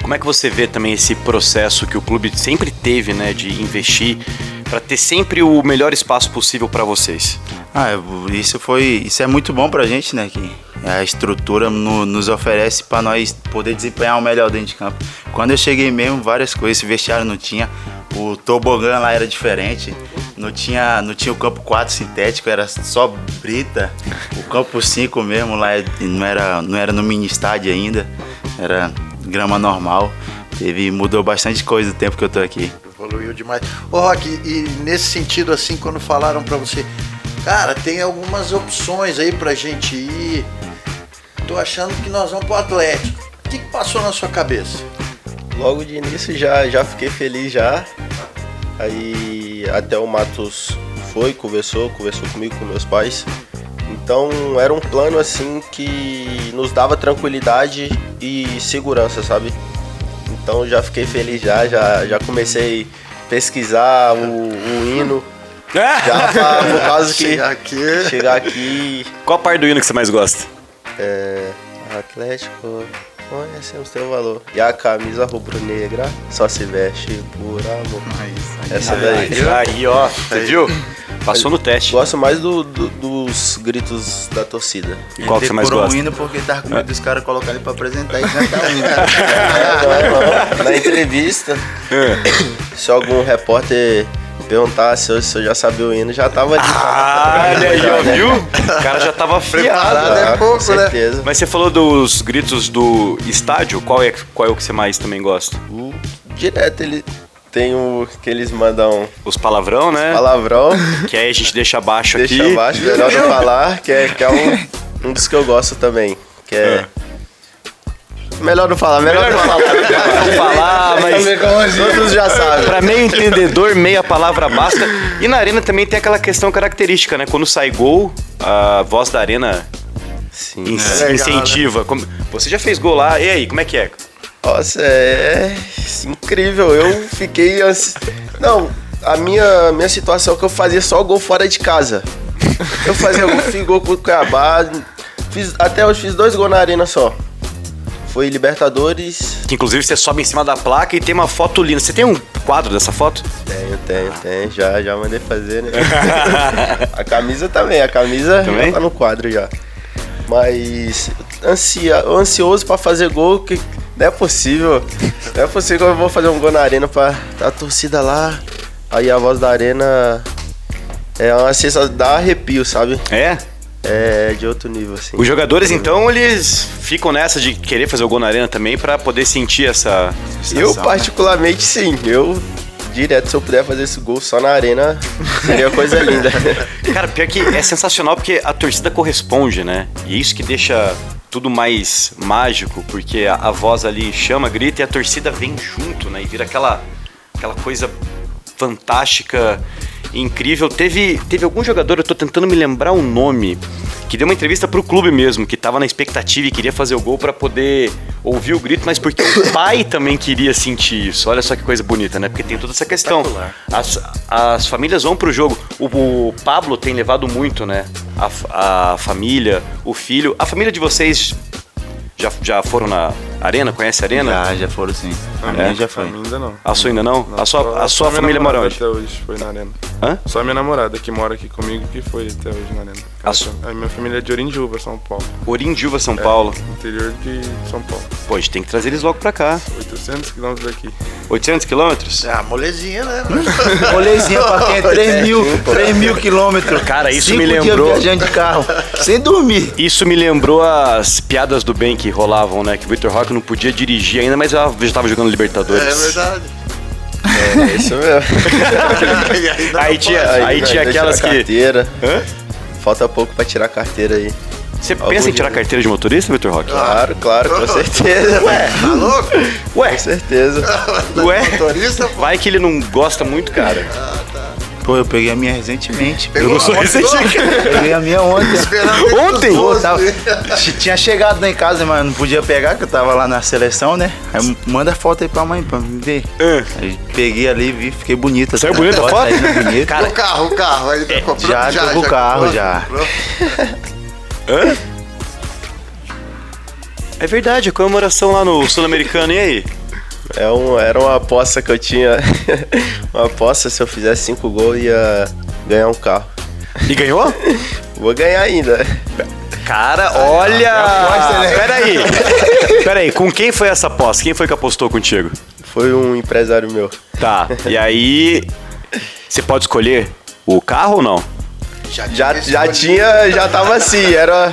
Speaker 1: Como é que você vê também esse processo que o clube sempre teve, né, de investir para ter sempre o melhor espaço possível para vocês?
Speaker 3: Ah, eu- isso foi. Isso é muito bom pra gente, né? Que a estrutura no- nos oferece pra nós poder desempenhar o melhor dentro de campo. Quando eu cheguei mesmo, várias coisas, esse vestiário não tinha. O tobogã lá era diferente. Não tinha, não tinha o campo 4 sintético, era só brita. O campo 5 mesmo lá é- não era, não era no mini estádio ainda. Era grama normal. Teve, mudou bastante coisa o tempo que eu tô aqui.
Speaker 2: Evoluiu demais. Ô, Rock, e nesse sentido, assim, quando falaram pra você, Cara, tem algumas opções aí pra gente ir. Tô achando que nós vamos pro Atlético. O que, que passou na sua cabeça?
Speaker 5: Logo de início já, já fiquei feliz já. Aí até o Matos foi, conversou, conversou comigo, com meus pais. Então era um plano assim que nos dava tranquilidade e segurança, sabe? Então já fiquei feliz já, já, já comecei a pesquisar o, o hino.
Speaker 1: É.
Speaker 5: Já pra, por causa que
Speaker 2: Chegar aqui.
Speaker 5: chegar aqui
Speaker 1: Qual a parte do hino que você mais gosta?
Speaker 5: é, Atlético, conhecemos teu valor. E a camisa rubro-negra só se veste por amor. Essa daí.
Speaker 1: Aí, ó. Você viu? Passou no teste.
Speaker 5: Gosto mais do- do- dos gritos da torcida.
Speaker 1: E qual que você mais
Speaker 3: decorou
Speaker 1: gosta?
Speaker 3: o um hino porque tava com medo dos caras colocar ele pra apresentar né? Tá e cantar o hino.
Speaker 5: Não,
Speaker 2: É.
Speaker 5: não, não. Na entrevista, se algum repórter perguntar se eu, se eu já sabia o hino, já tava ali.
Speaker 1: Ah, olha aí, ó, viu? O cara já tava freado.
Speaker 5: Tá,
Speaker 3: né?
Speaker 2: é pouco,
Speaker 5: com certeza.
Speaker 1: Mas você falou dos gritos do estádio, qual é, qual é o que você mais também gosta?
Speaker 5: O- Direto ele tem o que eles mandam um
Speaker 1: Os palavrão, né?
Speaker 5: palavrão,
Speaker 1: Que aí a gente deixa abaixo
Speaker 5: deixa
Speaker 1: aqui.
Speaker 5: abaixo, é melhor não falar, que é, que é um, um dos que eu gosto também. Que é. Melhor não falar, melhor, não falar.
Speaker 1: Não falar, mas
Speaker 5: Todos já sabem.
Speaker 1: Pra meio entendedor, meia palavra basta. E na arena também tem aquela questão característica, né? Quando sai gol, a voz da arena
Speaker 5: Sim.
Speaker 1: in-
Speaker 2: legal,
Speaker 1: incentiva. Como- Você já fez gol lá, e aí, como é que é?
Speaker 5: Nossa, é incrível. Eu fiquei ansi... Não, a minha, minha situação é que eu fazia só gol fora de casa. Eu fazia gol, fiz gol com o Cuiabá. Fiz, até hoje fiz dois gols na arena só. Foi Libertadores.
Speaker 1: Que inclusive você sobe em cima da placa e tem uma foto linda. Você tem um quadro dessa foto?
Speaker 5: Tenho, tenho, tenho. Já, já mandei fazer, né? a camisa também, a camisa
Speaker 1: Também?
Speaker 5: já tá no quadro já. Mas ansia, ansioso pra fazer gol, que não é possível. Não é possível que eu vou fazer um gol na arena pra tá a torcida lá. Aí a voz da arena é uma sensação, dá arrepio, sabe?
Speaker 1: É.
Speaker 5: É de outro nível, assim.
Speaker 1: Os jogadores, então, eles ficam nessa de querer fazer o gol na arena também pra poder sentir essa.
Speaker 5: Eu
Speaker 1: né?
Speaker 5: particularmente sim, eu direto se eu puder fazer esse gol só na arena, seria coisa linda.
Speaker 1: Cara, pior que é sensacional porque a torcida corresponde, né? E isso que deixa tudo mais mágico, porque a, a voz ali chama, grita e a torcida vem junto, né? E vira aquela, aquela coisa fantástica, incrível. Teve, teve algum jogador, eu tô tentando me lembrar o nome, que deu uma entrevista pro clube mesmo, que tava na expectativa e queria fazer o gol pra poder ouvir o grito, mas porque o pai também queria sentir isso. Olha só que coisa bonita, né? Porque tem toda essa questão. As, as famílias vão pro jogo. O, o Pablo tem levado muito, né? A, f- a família, o filho. A família de vocês já, já foram na arena? Conhece a arena?
Speaker 3: Ah, Já, já foram sim. A
Speaker 1: É.
Speaker 3: minha já
Speaker 4: Pra mim
Speaker 3: foi.
Speaker 4: ainda não.
Speaker 1: A sua ainda não?
Speaker 4: Não,
Speaker 1: a
Speaker 4: só-
Speaker 1: sua, a
Speaker 4: só
Speaker 1: sua
Speaker 4: minha
Speaker 1: família mora
Speaker 4: namorada
Speaker 1: onde?
Speaker 4: Até hoje foi na arena.
Speaker 1: Hã?
Speaker 4: Só minha namorada que mora aqui comigo que foi até hoje na arena.
Speaker 1: A sua-
Speaker 4: A minha família é de Orindiúva, São Paulo. É,
Speaker 1: Orindiúva,
Speaker 3: É.
Speaker 1: São Paulo.
Speaker 4: Interior de São Paulo.
Speaker 1: Pô, a gente tem que trazer eles logo pra cá.
Speaker 4: 800 quilômetros daqui.
Speaker 1: 800 quilômetros?
Speaker 2: É a molezinha, né?
Speaker 3: Rolezinho pra quem é 3 mil, 3 mil quilômetros.
Speaker 1: Cara, isso
Speaker 3: Cinco
Speaker 1: me
Speaker 3: dias
Speaker 1: lembrou-
Speaker 3: viajando de carro, sem dormir.
Speaker 1: Isso me lembrou as piadas do bem que rolavam, né? Que o Victor Rock não podia dirigir ainda, mas já já tava jogando
Speaker 2: É
Speaker 1: Libertadores.
Speaker 2: verdade.
Speaker 5: É isso mesmo.
Speaker 2: E aí dá
Speaker 1: Aí
Speaker 2: pra-
Speaker 1: tinha, aí
Speaker 5: vai
Speaker 1: tinha
Speaker 5: deixar
Speaker 1: aquelas
Speaker 5: a
Speaker 1: que.
Speaker 5: Carteira.
Speaker 1: Hã?
Speaker 5: Falta pouco pra tirar a carteira aí.
Speaker 1: Você
Speaker 5: Algum
Speaker 1: pensa em
Speaker 5: dia
Speaker 1: tirar
Speaker 5: eu-
Speaker 1: carteira de motorista, Victor Rock?
Speaker 5: Claro, claro, com certeza. Ué,
Speaker 2: Tá louco?
Speaker 1: Ué,
Speaker 5: com certeza.
Speaker 1: ué.
Speaker 2: Motorista, pô.
Speaker 1: Vai que ele não gosta muito, cara.
Speaker 3: Pô, eu peguei a minha recentemente.
Speaker 1: Eu não sou esse tipo. cara.
Speaker 3: Peguei a minha ontem. Tá-
Speaker 2: Esperando ele
Speaker 1: Ontem?
Speaker 2: dos
Speaker 3: Pô,
Speaker 2: doze.
Speaker 3: tava- t- tinha chegado lá em casa, mas não podia pegar, que eu tava lá na seleção, né? Aí m- manda a foto aí pra mãe, pra me ver.
Speaker 1: É.
Speaker 3: Aí peguei ali, vi, fiquei bonita.
Speaker 5: é
Speaker 1: Saiu bonita a foto?
Speaker 3: Saiu bonita.
Speaker 1: Cara,
Speaker 2: O carro, o carro. Aí tá comprando,
Speaker 3: já tô com o carro, já.
Speaker 2: comprou.
Speaker 1: É verdade, a comemoração lá no Sul-Americano, e aí?
Speaker 5: É um, era uma aposta que eu tinha. uma aposta, se eu fizesse cinco gols, ia ganhar um carro.
Speaker 1: E ganhou?
Speaker 5: Vou ganhar ainda.
Speaker 1: Cara,
Speaker 5: Ah, é
Speaker 1: olha!
Speaker 5: né?
Speaker 1: Peraí! Peraí, com quem foi essa aposta? Quem foi que apostou contigo?
Speaker 5: Foi um empresário meu.
Speaker 1: Tá, e aí. Você pode escolher o carro ou não?
Speaker 5: Já, já tinha, já tava assim, era.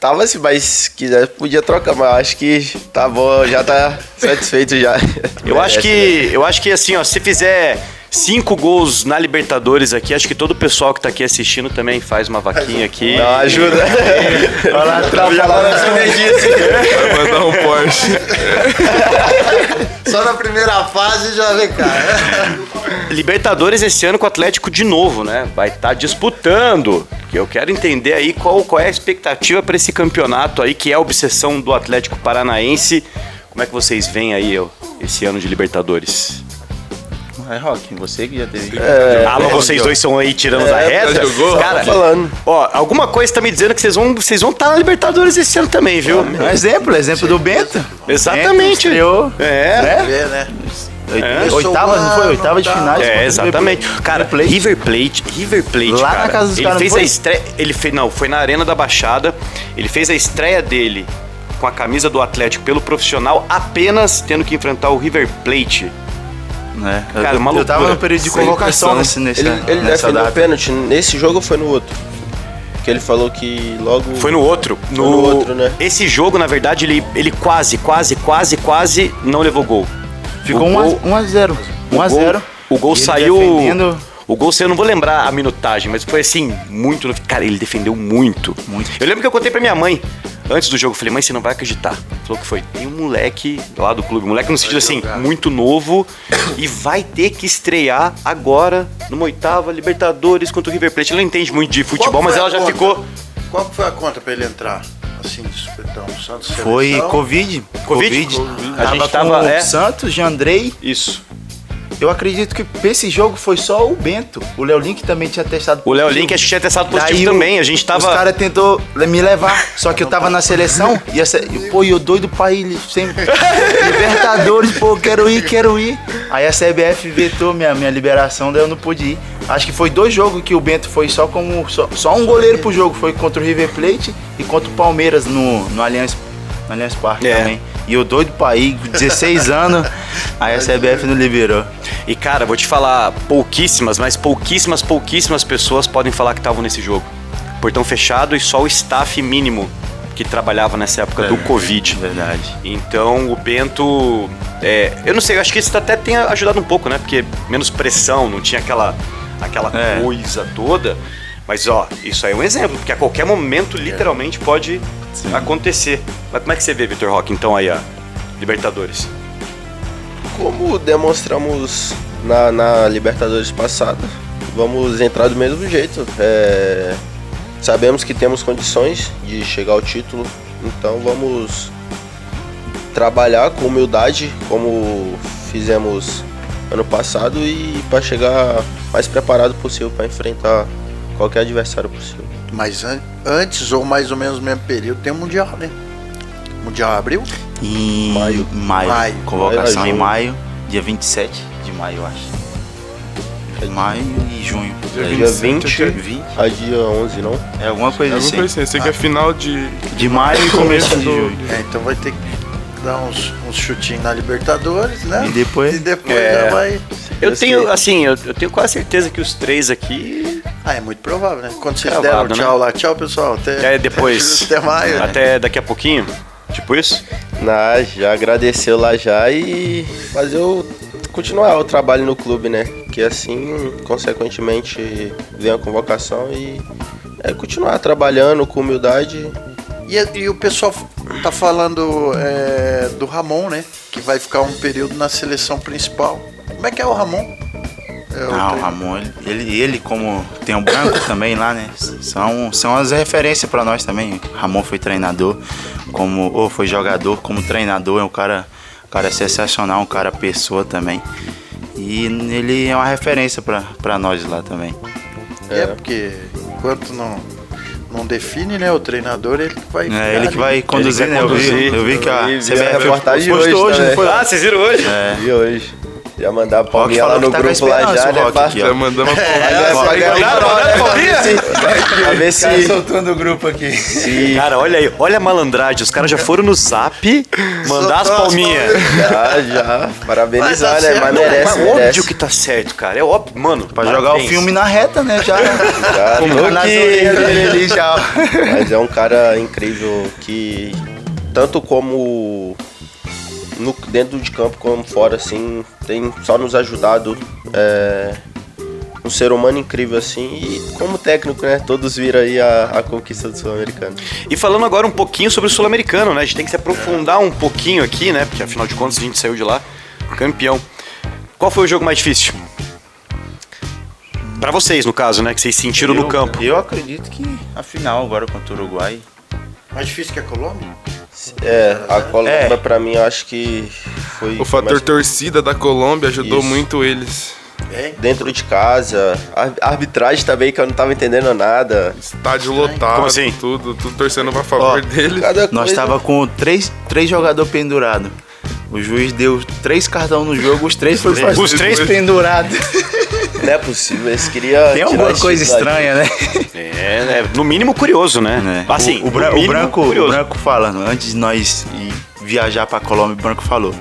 Speaker 5: Tava assim, mas se quiser, podia trocar, mas acho que tá bom, já tá satisfeito já.
Speaker 1: Eu acho
Speaker 5: Merece, né?
Speaker 1: que. Eu acho que assim, ó, se fizer Cinco gols na Libertadores aqui. Acho que todo o pessoal que tá aqui assistindo também faz uma vaquinha aqui.
Speaker 5: Dá uma ajuda.
Speaker 3: Olha lá atrás.
Speaker 5: assim,
Speaker 4: Vai mandar um Porsche.
Speaker 2: Só na primeira fase já vem cá.
Speaker 1: Libertadores esse ano com o Atlético de novo, né? Vai estar disputando. Eu quero entender aí qual, qual é a expectativa para esse campeonato aí, que é a obsessão do Atlético Paranaense. Como é que vocês veem aí ó, esse ano de Libertadores?
Speaker 3: Vai, Rock, você que já teve.
Speaker 5: É.
Speaker 1: ah, mas vocês dois são aí tirando da reta?
Speaker 4: jogou?
Speaker 1: Cara,
Speaker 5: Tô falando.
Speaker 1: ó, alguma coisa tá me dizendo que vocês vão vocês vão estar na Libertadores esse ano também, viu? é
Speaker 3: Um exemplo, exemplo do Bento. Bento
Speaker 1: Exatamente.
Speaker 3: Né? estreou,
Speaker 1: É.
Speaker 3: né?
Speaker 2: Vê, né?
Speaker 1: É.
Speaker 3: Oitavas, não foi? Oitava de
Speaker 2: Tá.
Speaker 3: finais. contra
Speaker 1: É,
Speaker 3: o
Speaker 1: exatamente.
Speaker 3: River Plate.
Speaker 1: Cara, River Plate, River Plate,
Speaker 3: Lá na
Speaker 1: cara.
Speaker 3: casa dos
Speaker 1: ele
Speaker 3: caras, não
Speaker 1: fez
Speaker 3: foi?
Speaker 1: a estreia, ele fez, não, foi na Arena da Baixada. Ele fez a estreia dele com a camisa do Atlético pelo profissional apenas tendo que enfrentar o River Plate.
Speaker 3: Né?
Speaker 1: Cara,
Speaker 3: eu,
Speaker 1: uma
Speaker 3: eu tava
Speaker 1: loucura.
Speaker 3: no período de
Speaker 4: Sem
Speaker 3: convocação
Speaker 4: pressão.
Speaker 3: nesse, nesse,
Speaker 5: Ele, ele
Speaker 3: é nessa
Speaker 5: defendeu o
Speaker 3: data.
Speaker 5: pênalti nesse jogo ou foi no outro? Que ele falou que logo.
Speaker 1: Foi no outro.
Speaker 5: no outro, né?
Speaker 1: Esse jogo, na verdade, ele, ele quase, quase, quase, quase não levou gol.
Speaker 3: Ficou
Speaker 1: O gol-
Speaker 3: 1x0.
Speaker 1: o gol-
Speaker 3: 1x0.
Speaker 1: O gol
Speaker 3: E ele
Speaker 1: saiu.
Speaker 3: defendendo.
Speaker 1: O gol saiu, eu não vou lembrar a minutagem, mas foi assim, muito. no- Cara, ele defendeu muito.
Speaker 3: Muito.
Speaker 1: Eu lembro que eu contei pra minha mãe antes do jogo. eu Falei, mãe, você não vai acreditar. Ela Falou que foi. Tem um moleque lá do clube, um moleque no sentido assim, muito novo, e vai ter que estrear agora, numa oitava, Libertadores contra o River Plate. Ela não entende muito de futebol,
Speaker 2: Qual
Speaker 1: mas
Speaker 2: foi a
Speaker 1: ela já
Speaker 2: conta?
Speaker 1: ficou.
Speaker 2: Qual que foi a conta pra ele entrar? Assim, de supetão. O Santos
Speaker 3: Foi Então,
Speaker 2: seleção?
Speaker 3: Covid.
Speaker 1: Covid? A
Speaker 3: Tava
Speaker 1: gente
Speaker 3: gente
Speaker 1: tava,
Speaker 3: com
Speaker 1: é.
Speaker 3: o Santos, Jandrei.
Speaker 1: Isso.
Speaker 3: Eu acredito que pra esse jogo foi só o Bento. O Léo Link também tinha testado
Speaker 1: O Léo Link acho que tinha testado positivo
Speaker 3: Daí o-
Speaker 1: também. A gente
Speaker 3: Os
Speaker 1: tava.
Speaker 3: caras tentou me levar, só que eu tava na seleção e essa, e, pô, e eu doido pra ir sempre. Libertadores, pô, quero ir, quero ir. Aí a CBF vetou minha, minha liberação, daí eu não pude ir. Acho que foi dois jogos que o Bento foi só como só, só um goleiro pro jogo, foi contra o River Plate e contra o Palmeiras no no Allianz no Allianz Parque
Speaker 1: É.
Speaker 3: também. E eu doido pra ir, 16 anos, aí a CBF não liberou.
Speaker 1: E cara, vou te falar, pouquíssimas, mas pouquíssimas, pouquíssimas pessoas podem falar que estavam nesse jogo. Portão fechado e só o staff mínimo que trabalhava nessa época do Covid.
Speaker 3: Verdade.
Speaker 1: Então o Bento. é, eu não sei, eu acho que isso até tem ajudado um pouco, né? Porque menos pressão, não tinha aquela, aquela
Speaker 3: É.
Speaker 1: coisa toda. Mas ó, isso aí é um exemplo, porque a qualquer momento literalmente pode acontecer. Mas como é que você vê, Vitor Roque, então aí, a Libertadores?
Speaker 5: Como demonstramos na, na Libertadores passada, vamos entrar do mesmo jeito. É, sabemos que temos condições de chegar ao título, então vamos trabalhar com humildade, como fizemos ano passado, e para chegar mais preparado possível para enfrentar qualquer adversário possível.
Speaker 2: Mas an- antes, ou mais ou menos no mesmo período, tem o Mundial, né? Mundial abriu?
Speaker 3: Em maio.
Speaker 2: Maio.
Speaker 3: Convocação
Speaker 5: Maio,
Speaker 3: em
Speaker 5: junho.
Speaker 3: maio, dia 27 de maio, eu acho. Maio e junho.
Speaker 4: Dia
Speaker 3: É,
Speaker 5: Dia
Speaker 4: 27,
Speaker 5: 20 a dia 11, não?
Speaker 3: É alguma coisa
Speaker 4: Alguma
Speaker 3: assim.
Speaker 4: coisa assim. Eu sei que é final de.
Speaker 3: De maio e começo
Speaker 4: Começo
Speaker 3: de
Speaker 4: do.
Speaker 3: julho.
Speaker 2: É, então vai ter que dar uns, uns chutinhos na Libertadores, né?
Speaker 3: E depois-
Speaker 2: E depois
Speaker 1: É.
Speaker 2: já vai.
Speaker 1: Eu
Speaker 5: Deus
Speaker 1: tenho,
Speaker 5: queira.
Speaker 1: assim, eu, eu tenho quase certeza que os três aqui.
Speaker 2: Ah, é muito provável, né? Quando vocês
Speaker 1: Cravado,
Speaker 2: deram tchau lá, tchau, pessoal. Até,
Speaker 1: É depois.
Speaker 2: até maio. né?
Speaker 1: Até daqui a pouquinho. Tipo isso?
Speaker 5: Na, já agradeceu lá já e fazer o. continuar o trabalho no clube, né? Que assim, consequentemente, vem a convocação e é continuar trabalhando com humildade.
Speaker 2: E, e o pessoal tá falando é, do Ramon, né? Que vai ficar um período na seleção principal. Como é que é o Ramon? É, o
Speaker 3: Não, o
Speaker 2: tre-
Speaker 3: Ramon, ele, ele, ele, como tem o branco também lá, né? São, são as referências pra nós também. Ramon foi treinador, como ou foi jogador, como treinador, é um cara, um cara sensacional, um cara pessoa também. E ele é uma referência pra pra nós lá também.
Speaker 2: É, porque enquanto não, não define, né? O treinador, ele que vai. ficar
Speaker 3: É, ele
Speaker 2: ali.
Speaker 3: que vai conduzir, né? eu,
Speaker 1: conduzir.
Speaker 3: vi, eu vi que a
Speaker 5: Eu vi a
Speaker 3: CBF
Speaker 5: reportagem
Speaker 3: postou hoje,
Speaker 5: hoje
Speaker 3: né? não
Speaker 5: também.
Speaker 3: foi?
Speaker 1: Ah, vocês viram hoje?
Speaker 5: E hoje? Já mandar a
Speaker 3: É. Rock
Speaker 5: palminha
Speaker 3: falou
Speaker 5: lá
Speaker 3: que
Speaker 5: no
Speaker 3: tá com a
Speaker 5: grupo lá
Speaker 3: esperança,
Speaker 5: já, né?
Speaker 3: Rock, é
Speaker 5: pá?
Speaker 3: aqui, ó.
Speaker 4: Já mandamos uma
Speaker 5: Aí vai
Speaker 4: conversa.
Speaker 5: pagar
Speaker 1: Mandaram-
Speaker 5: agora,
Speaker 1: mandaram
Speaker 5: né?
Speaker 1: palminha?
Speaker 5: Sim. A ver se. né?
Speaker 3: soltando o grupo aqui.
Speaker 5: se-
Speaker 1: Cara, olha aí, olha a malandragem. Os caras já foram no zap mandar as
Speaker 2: Soltou as
Speaker 1: palminhas.
Speaker 5: Já, já. Parabenizar,
Speaker 2: Mas tá
Speaker 5: né? Mas
Speaker 2: certo.
Speaker 5: merece,
Speaker 1: Mas óbvio
Speaker 5: merece.
Speaker 1: que tá certo, cara. É óbvio, mano.
Speaker 3: Pra jogar o
Speaker 1: parabéns.
Speaker 3: filme na reta, né? Já.
Speaker 5: Já,
Speaker 3: Como
Speaker 5: tô
Speaker 3: tá na
Speaker 5: aqui.
Speaker 3: orelha dele ali já.
Speaker 5: Mas é um cara incrível que tanto como no, dentro de campo como fora, assim, tem só nos ajudado. é, um ser humano incrível, assim, e como técnico, né? Todos viram aí a, a conquista do Sul-Americano.
Speaker 1: E falando agora um pouquinho sobre o Sul-Americano, né? A gente tem que se aprofundar um pouquinho aqui, né? Porque afinal de contas a gente saiu de lá campeão. Qual foi o jogo mais difícil? Pra vocês, no caso, né? Que vocês sentiram no
Speaker 3: Eu-
Speaker 1: campo.
Speaker 3: Eu acredito que a final agora contra o Uruguai.
Speaker 2: Mais difícil que a Colômbia?
Speaker 5: É, a Colômbia,
Speaker 3: É.
Speaker 5: pra mim, eu acho que foi.
Speaker 4: O fator
Speaker 5: mais-
Speaker 4: torcida da Colômbia ajudou
Speaker 5: Isso.
Speaker 4: muito eles.
Speaker 2: Bem.
Speaker 5: Dentro de casa, a a arbitragem também, que eu não tava entendendo nada.
Speaker 4: Estádio lotado,
Speaker 1: Como assim?
Speaker 4: tudo, tudo torcendo a favor
Speaker 3: Ó,
Speaker 4: dele.
Speaker 5: Cada
Speaker 3: Nós
Speaker 5: coisa-
Speaker 3: tava com três, três jogadores pendurados. O juiz deu três cartões no jogo, os três foram
Speaker 1: Os três
Speaker 3: pendurados.
Speaker 5: Não é possível, eles queriam.
Speaker 3: Tem
Speaker 5: tirar
Speaker 3: alguma
Speaker 5: esse
Speaker 3: coisa
Speaker 5: título aí.
Speaker 3: estranha, né?
Speaker 1: É, né? No mínimo curioso, né?
Speaker 3: É.
Speaker 1: Assim,
Speaker 3: o, o Bran-
Speaker 1: no
Speaker 3: o
Speaker 1: mínimo
Speaker 3: branco, o
Speaker 1: curioso.
Speaker 3: branco falando, antes de nós ir viajar pra Colômbia, o branco falou.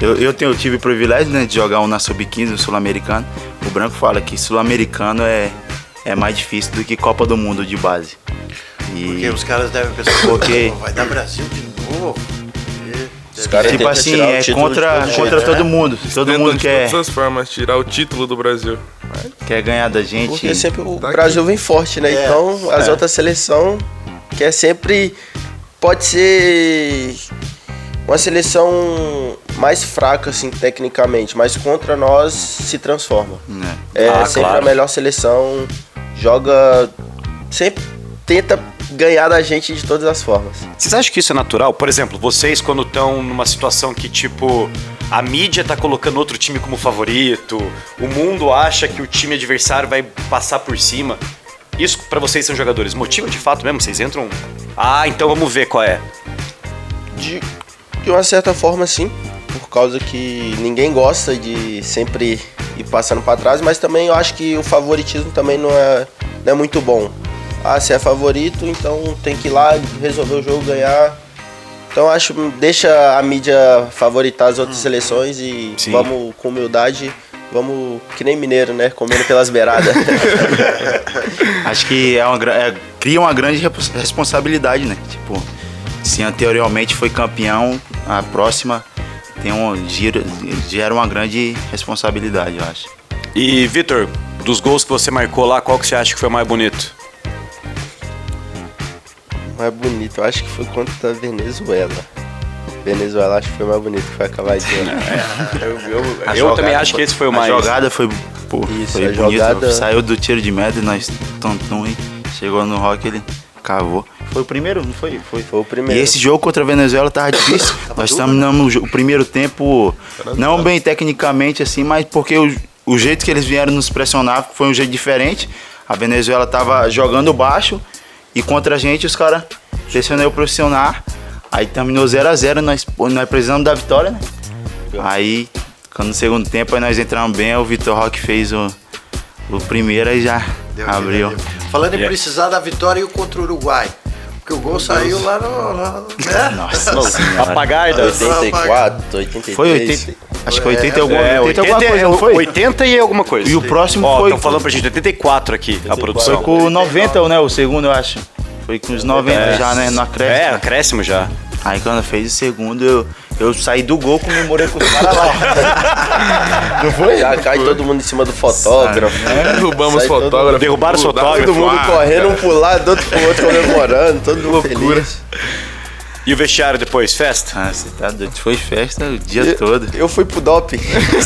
Speaker 3: Eu, eu tenho, eu tive o privilégio né, de jogar um na Sub-15, um sul-americano. O branco fala que sul-americano é, é mais difícil do que Copa do Mundo de base. E-
Speaker 2: Porque os caras devem pensar,
Speaker 3: Porque-
Speaker 2: "Pô, vai dar Brasil de novo. E-
Speaker 5: Os caras
Speaker 3: tipo
Speaker 5: tentam
Speaker 3: assim,
Speaker 5: tirar o
Speaker 3: é
Speaker 5: título de
Speaker 3: contra,
Speaker 5: todo jeito.
Speaker 3: contra todo mundo. Todo
Speaker 4: Tentam
Speaker 3: mundo
Speaker 4: de
Speaker 3: quer,
Speaker 4: todas as formas tirar o título do Brasil.
Speaker 3: quer ganhar da gente.
Speaker 5: Porque sempre o
Speaker 4: Tá
Speaker 5: Brasil vem forte, né?
Speaker 2: É.
Speaker 5: Então, as outras seleções, que é sempre. Pode ser uma seleção mais fraca, assim, tecnicamente, mas contra nós se transforma.
Speaker 3: né?
Speaker 5: É
Speaker 1: Ah,
Speaker 5: sempre
Speaker 1: claro.
Speaker 5: a melhor seleção, joga. Sempre tenta ganhar da gente de todas as formas.
Speaker 1: Vocês acham que isso é natural? Por exemplo, vocês quando estão numa situação que, tipo, a mídia tá colocando outro time como favorito, o mundo acha que o time adversário vai passar por cima. Isso pra vocês são jogadores motiva de fato mesmo? Vocês entram. Ah, então vamos ver qual é.
Speaker 5: De, de uma certa forma, sim. Por causa que ninguém gosta de sempre ir passando pra trás, mas também eu acho que o favoritismo também não é, não é muito bom. Ah, você é favorito, então tem que ir lá resolver o jogo, ganhar. Então eu acho deixa a mídia favoritar as outras seleções e
Speaker 1: Sim.
Speaker 5: vamos com humildade, vamos que nem mineiro, né? Comendo pelas beiradas.
Speaker 3: Acho que é uma, gra- é- cria uma grande repos- responsabilidade, né? Tipo, se anteriormente foi campeão, a próxima tem um giro, gera uma grande responsabilidade, eu acho.
Speaker 1: E, Vitor, dos gols que você marcou lá, qual que você acha que foi o mais bonito?
Speaker 5: mais bonito, eu acho que foi contra a Venezuela. Venezuela acho que foi mais bonito, que foi a cavadinha. eu, eu,
Speaker 1: Eu também acho que esse foi o mais.
Speaker 3: A jogada foi, pô,
Speaker 5: Isso,
Speaker 3: foi
Speaker 5: a
Speaker 3: bonita.
Speaker 5: jogada-
Speaker 3: Saiu do tiro de meta e nós tontum e chegou no rock ele cavou. Foi o primeiro, não foi? Foi.
Speaker 5: Foi o primeiro.
Speaker 3: E esse jogo contra a Venezuela tava né? difícil. Nós terminamos o jo- o primeiro tempo não bem tecnicamente assim, mas porque o, o jeito que eles vieram nos pressionar foi um jeito diferente. A Venezuela tava jogando baixo e contra a gente os caras pressionaram o pressionar. Aí terminou 0 a 0 nós, pô, nós precisamos da vitória, né? Aí, quando no segundo tempo aí nós entramos bem, o Vitor Roque fez o, o primeiro e já
Speaker 2: Deu aqui,
Speaker 3: abriu. É.
Speaker 2: né? Falando em
Speaker 1: Yeah.
Speaker 2: precisar da vitória e o contra o Uruguai. Porque o gol saiu lá no. lá no- né?
Speaker 3: Nossa senhora.
Speaker 5: né?
Speaker 1: Apagaida.
Speaker 5: 84, 83.
Speaker 3: Foi 80, acho que foi 80 e alguma,
Speaker 1: É,
Speaker 3: 80 e alguma coisa, não foi?
Speaker 1: 80 e alguma coisa.
Speaker 3: E o próximo
Speaker 1: Ó,
Speaker 3: foi-
Speaker 1: estão falando pra gente 84 aqui, a produção.
Speaker 3: Foi com o 90, né? O segundo, eu acho. Foi com os 90 já, né? No
Speaker 1: É,
Speaker 3: acréscimo.
Speaker 1: acréscimo já.
Speaker 3: Aí quando fez o segundo, eu, eu saí do gol, comemorei com os caras lá.
Speaker 5: Não foi? Já cai todo mundo em cima do fotógrafo.
Speaker 4: Derrubamos
Speaker 5: Sai todo
Speaker 4: fotógrafo.
Speaker 1: Derrubaram
Speaker 4: tudo, dá-
Speaker 1: fotógrafo.
Speaker 5: Todo mundo
Speaker 4: Ah,
Speaker 5: correndo, um pro lado, do outro pro outro, comemorando, todo mundo
Speaker 4: Loucura.
Speaker 5: feliz.
Speaker 1: E o vestiário depois, festa?
Speaker 3: Ah, você tá doido. Foi festa o dia todo.
Speaker 5: Eu fui pro DOP.
Speaker 3: Demorou,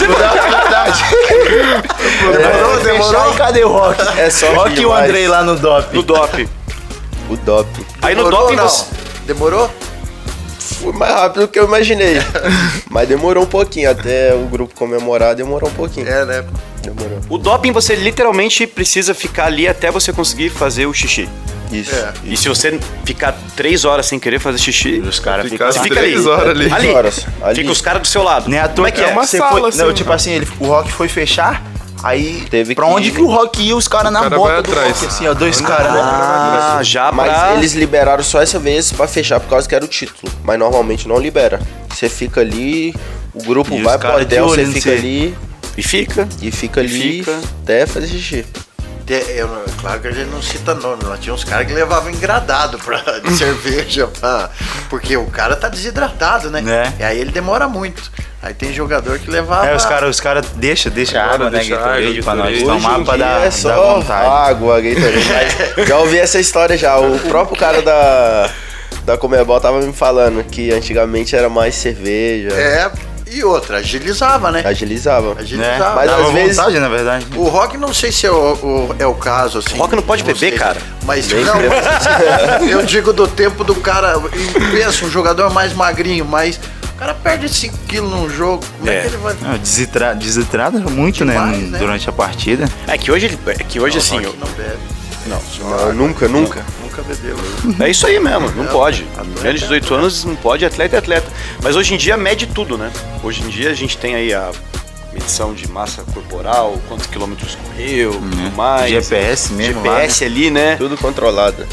Speaker 3: né? demorou. Cadê o Rock?
Speaker 5: É só
Speaker 3: Rock e o
Speaker 5: demais.
Speaker 3: Andrei lá no DOP.
Speaker 1: No DOP.
Speaker 5: O DOP.
Speaker 1: Aí no
Speaker 2: Demorou
Speaker 1: DOP
Speaker 2: ou não?
Speaker 1: você...
Speaker 2: Demorou?
Speaker 5: Foi mais rápido do que eu imaginei. Mas demorou um pouquinho, até o grupo comemorar demorou um pouquinho.
Speaker 2: É, né?
Speaker 5: Demorou.
Speaker 1: O doping você literalmente precisa ficar ali até você conseguir fazer o xixi.
Speaker 5: Isso.
Speaker 2: É.
Speaker 1: E se você ficar três horas sem querer fazer xixi,
Speaker 3: Os caras
Speaker 4: Ficar
Speaker 3: ficam
Speaker 1: você
Speaker 3: lá.
Speaker 1: fica
Speaker 4: três
Speaker 1: ali.
Speaker 4: horas
Speaker 1: É.
Speaker 4: ali.
Speaker 1: ali.
Speaker 5: Três horas, ali.
Speaker 1: Fica os caras do seu lado.
Speaker 3: Nem Né, à
Speaker 1: Como
Speaker 3: toa
Speaker 1: é que é?
Speaker 4: uma
Speaker 3: você
Speaker 4: sala,
Speaker 3: foi,
Speaker 4: assim,
Speaker 3: Não, tipo
Speaker 4: né?
Speaker 3: assim, ele, o Rock foi fechar, aí
Speaker 5: Teve
Speaker 3: pra
Speaker 5: que
Speaker 3: onde
Speaker 5: ir.
Speaker 3: que né? o Rock ia, os caras na
Speaker 4: cara
Speaker 3: bota
Speaker 4: vai
Speaker 3: do
Speaker 4: atrás.
Speaker 3: Rock, assim, ó, dois caras.
Speaker 1: Ah, já
Speaker 5: Mas
Speaker 1: pra...
Speaker 5: eles liberaram só essa vez pra fechar por causa que era o título. Mas normalmente não libera. Você fica ali, o grupo
Speaker 3: E os
Speaker 5: vai pro
Speaker 3: cara de
Speaker 5: hotel,
Speaker 3: olho
Speaker 5: você
Speaker 3: em você.
Speaker 5: fica ali
Speaker 1: E fica.
Speaker 5: e fica ali
Speaker 1: fica.
Speaker 5: até fazer xixi.
Speaker 2: te- eu não- claro que a gente não cita nome, lá tinha uns caras que levavam engradado pra, de cerveja, pra- porque o cara tá desidratado, né?
Speaker 3: Né?
Speaker 2: E aí ele demora muito. Aí tem jogador que levava.
Speaker 3: É, os caras os cara deixa, deixa
Speaker 4: Claro,
Speaker 3: água, né,
Speaker 4: deixa
Speaker 3: Gatorade
Speaker 4: água,
Speaker 3: pra nós
Speaker 4: Gatorade.
Speaker 3: tomar
Speaker 5: em
Speaker 3: pra
Speaker 5: dia
Speaker 3: dar,
Speaker 5: é
Speaker 3: dar
Speaker 5: só
Speaker 3: vontade.
Speaker 5: água, Gatorade. mas já ouvi essa história já. O próprio cara da, da Comebol tava me falando que antigamente era mais cerveja.
Speaker 2: É, e outra, agilizava, né?
Speaker 5: Agilizava.
Speaker 3: Né?
Speaker 2: Agilizava.
Speaker 5: Mas
Speaker 3: Dava
Speaker 5: às vezes-
Speaker 3: vontade, na verdade.
Speaker 2: O rock não sei se é o, o- é o caso, assim.
Speaker 1: Rock não pode
Speaker 2: de vocês,
Speaker 1: beber, cara.
Speaker 2: Mas
Speaker 5: Nem
Speaker 2: não,
Speaker 5: bebo.
Speaker 2: mas eu digo do tempo do cara. e Pensa, um jogador mais magrinho, mas. O cara perde 5 quilos num jogo. Como é,
Speaker 1: É.
Speaker 2: que ele vai.
Speaker 3: Não, desitra- Desidrata muito,
Speaker 2: Demais,
Speaker 3: né,
Speaker 2: né?
Speaker 3: durante a partida.
Speaker 1: É que hoje, ele- é que hoje assim,
Speaker 2: Rock não bebe.
Speaker 5: Não, nunca, nunca.
Speaker 2: Nunca bebeu.
Speaker 1: é isso aí mesmo, não pode.
Speaker 2: Atleta.
Speaker 1: Menos de 18 anos não pode, atleta é atleta. Mas hoje em dia mede tudo, né? Hoje em dia a gente tem aí a medição de massa corporal, quantos quilômetros correu, tudo mais.
Speaker 3: GPS mesmo lá,
Speaker 1: GPS ali, né?
Speaker 5: Tudo controlado.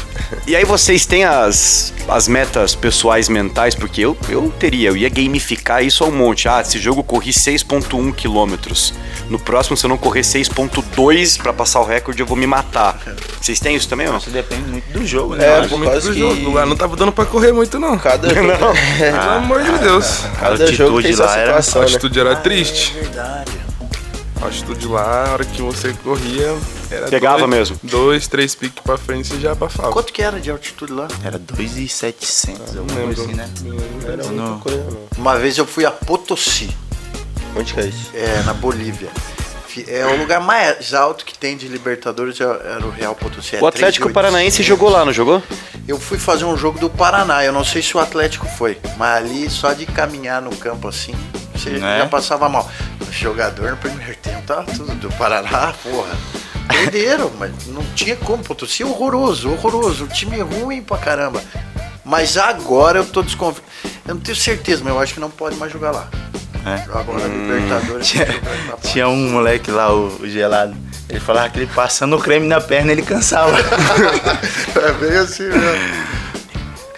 Speaker 1: E aí vocês têm as, as metas pessoais mentais, porque eu, eu teria, eu ia gamificar isso a um monte. Ah, esse jogo eu corri 6.1 quilômetros. No próximo, se eu não correr 6.2 pra passar o recorde, eu vou me matar. Vocês têm isso também, ó?
Speaker 3: Isso depende muito do jogo, né?
Speaker 5: É,
Speaker 3: eu acho.
Speaker 4: Tipo,
Speaker 5: por
Speaker 4: Muito
Speaker 5: causa
Speaker 4: do
Speaker 5: que-
Speaker 4: jogo. Lá não tava dando pra correr muito, não. Pelo
Speaker 5: Cada jogo,
Speaker 4: amor de Deus.
Speaker 5: cada jogo tem
Speaker 3: atitude
Speaker 5: sua
Speaker 3: lá era-
Speaker 4: A
Speaker 5: situação, né?
Speaker 4: altitude era triste.
Speaker 2: Verdade.
Speaker 4: A altitude lá, a hora que você corria, era
Speaker 1: Pegava
Speaker 4: dois, é
Speaker 1: mesmo.
Speaker 4: Dois, três piques pra frente e já abafava.
Speaker 2: Quanto que era de altitude lá?
Speaker 3: Era 2,700,
Speaker 4: Não
Speaker 3: alguma
Speaker 4: lembro.
Speaker 3: coisa assim, né?
Speaker 4: Não lembro.
Speaker 3: No-
Speaker 2: Uma vez eu fui a Potosí,
Speaker 5: Onde que é isso?
Speaker 2: é, na Bolívia. Fi- É o lugar mais alto que tem de Libertadores, é- era o Real Potosí. É
Speaker 1: O Atlético
Speaker 2: 3.800.
Speaker 1: Paranaense jogou lá, não jogou?
Speaker 2: Eu fui fazer um jogo do Paraná, eu não sei se o Atlético foi, mas ali só de caminhar no campo assim, você
Speaker 3: Né?
Speaker 2: já passava mal. O jogador no primeiro tempo tava tudo do Paraná, porra. Perderam, mas não tinha como, Potosí horroroso, horroroso, um time ruim pra caramba. Mas agora eu tô desconfiado. Eu não tenho certeza, mas eu acho que não pode mais jogar lá.
Speaker 3: É.
Speaker 2: Agora Libertadores.
Speaker 3: Tinha, tinha um moleque lá, o, o gelado. Ele falava que ele passando o creme na perna ele cansava.
Speaker 2: É bem assim mesmo.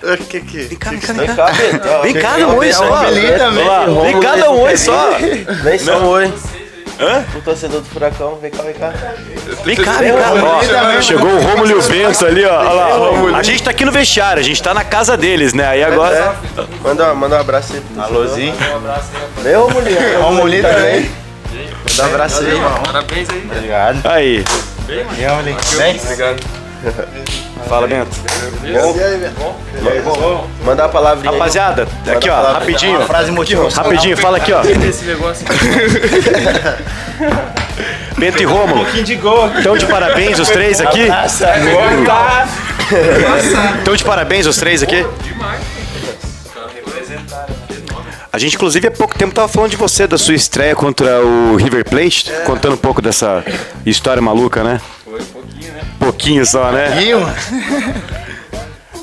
Speaker 2: É, Que que, que que
Speaker 5: né?
Speaker 1: cá, vem cá. Vem cá, não, oi só. Olá, Vem cá, não, oi só.
Speaker 5: Vem só um oi. O torcedor do Furacão, vem cá, vem cá.
Speaker 1: Vem cá, vem cá. Ó, chegou o Rômulo e o Bento ali, ó. Olha lá, Rômulo. A gente tá aqui no vestiário, a gente tá na casa deles, né? Aí agora.
Speaker 5: Manda, manda um abraço aí pro torcedor.
Speaker 3: Alôzinho.
Speaker 5: Vem, ô mulher. Ô mulher também. Manda um abraço aí.
Speaker 3: Obrigado.
Speaker 1: Aí. né?
Speaker 3: Vem.
Speaker 1: Fala, Bento.
Speaker 5: Manda a palavrinha. aí.
Speaker 1: Rapaziada, aqui ó,
Speaker 5: falar.
Speaker 1: rapidinho.
Speaker 3: Uma frase motivacional.
Speaker 1: Rapidinho, fala aqui ó. Bento e Rômulo. Estão Um de parabéns os três aqui?
Speaker 3: Nossa, agora tá.
Speaker 1: Estão de parabéns os três aqui? A gente, inclusive, há pouco tempo tava falando de você, da sua estreia contra o River Plate, contando um pouco dessa história maluca, né? Foi pouquinho, né? Pouquinho só, né?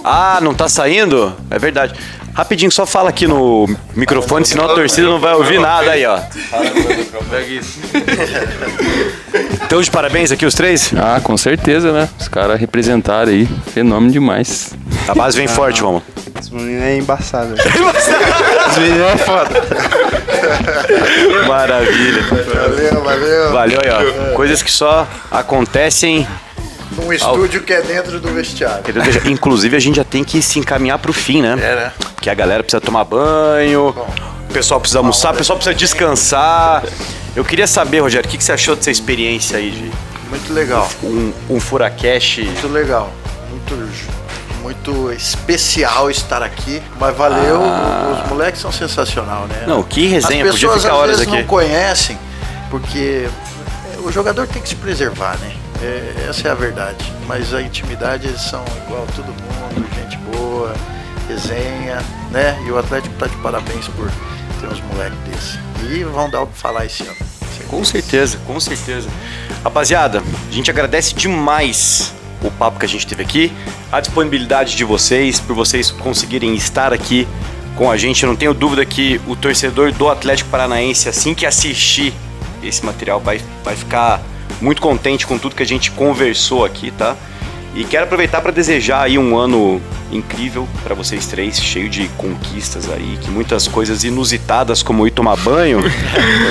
Speaker 1: Ah, não tá saindo? É verdade. Rapidinho, só fala aqui no microfone, senão a torcida não vai ouvir nada aí, ó. Então, de parabéns aqui os três.
Speaker 6: Ah, com certeza, né? Os caras representaram aí. Fenômeno demais.
Speaker 1: A base vem forte, vamos.
Speaker 7: Esse menino é embaçado. é
Speaker 1: Maravilha.
Speaker 2: Valeu, valeu.
Speaker 1: Valeu aí, ó. Coisas que só acontecem.
Speaker 2: Um estúdio que é dentro do vestiário.
Speaker 1: entendeu? Deixa- Inclusive, a gente já tem que se encaminhar pro fim, né?
Speaker 2: É, né?
Speaker 1: Porque a galera precisa tomar banho, o pessoal precisa almoçar, o pessoal precisa descansar. Eu queria saber, Rogério, o que que você achou dessa experiência aí de
Speaker 2: Muito legal,
Speaker 1: um, um furacash?
Speaker 2: muito legal. Muito, muito especial estar aqui. Mas valeu, os moleques são sensacional, né?
Speaker 1: Ah. Não, que
Speaker 2: As
Speaker 1: resenha, podia
Speaker 2: pessoas
Speaker 1: ficar
Speaker 2: às
Speaker 1: horas
Speaker 2: vezes
Speaker 1: aqui.
Speaker 2: não conhecem, porque é, o jogador tem que se preservar, né? É, essa é a verdade. Mas a intimidade, eles são igual a todo mundo, gente boa, resenha, né? E o Atlético tá de parabéns por ter uns moleques desse. E vão dar o que falar esse ano.
Speaker 1: Com certeza, com certeza. Rapaziada, a gente agradece demais o papo que a gente teve aqui, a disponibilidade de vocês, por vocês conseguirem estar aqui com a gente. Eu não tenho dúvida que o torcedor do Atlético Paranaense, assim que assistir esse material, vai, vai ficar muito contente com tudo que a gente conversou aqui, tá? E quero aproveitar para desejar aí um ano incrível para vocês três, cheio de conquistas aí, que muitas coisas inusitadas como ir tomar banho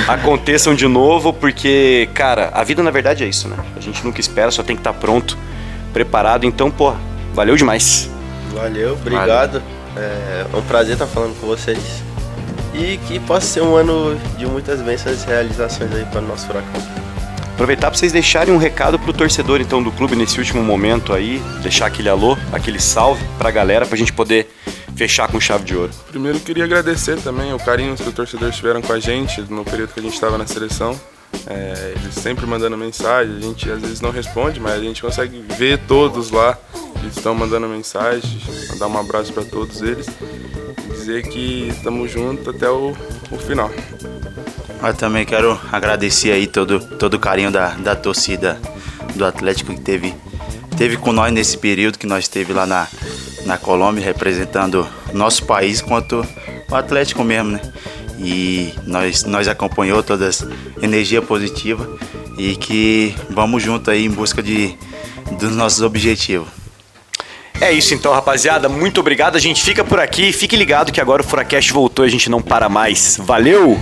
Speaker 1: aconteçam de novo, porque, cara, a vida na verdade é isso, né? A gente nunca espera, só tem que estar pronto, preparado. Então, pô, valeu demais.
Speaker 5: Valeu, obrigado. É é um prazer estar falando com vocês. E que possa ser um ano de muitas bênçãos e realizações aí para o nosso furacão.
Speaker 1: Aproveitar para vocês deixarem um recado pro torcedor então do clube nesse último momento aí, deixar aquele alô, aquele salve pra galera pra gente poder fechar com chave de ouro.
Speaker 4: Primeiro queria agradecer também o carinho que os torcedores tiveram com a gente no período que a gente estava na seleção. É, eles sempre mandando mensagem, a gente às vezes não responde, mas a gente consegue ver todos lá que estão mandando mensagem, mandar um abraço para todos eles e dizer que estamos juntos até o, o final.
Speaker 3: Eu também quero agradecer aí todo, todo o carinho da, da torcida do Atlético que teve, teve com nós nesse período que nós esteve lá na, na Colômbia, representando nosso país quanto o Atlético mesmo, né? E nós, nós acompanhou todas energia positiva e que vamos junto aí em busca de, dos nossos objetivos.
Speaker 1: É isso então, rapaziada. Muito obrigado. A gente fica por aqui. Fique ligado que agora o Furacast voltou e a gente não para mais. Valeu!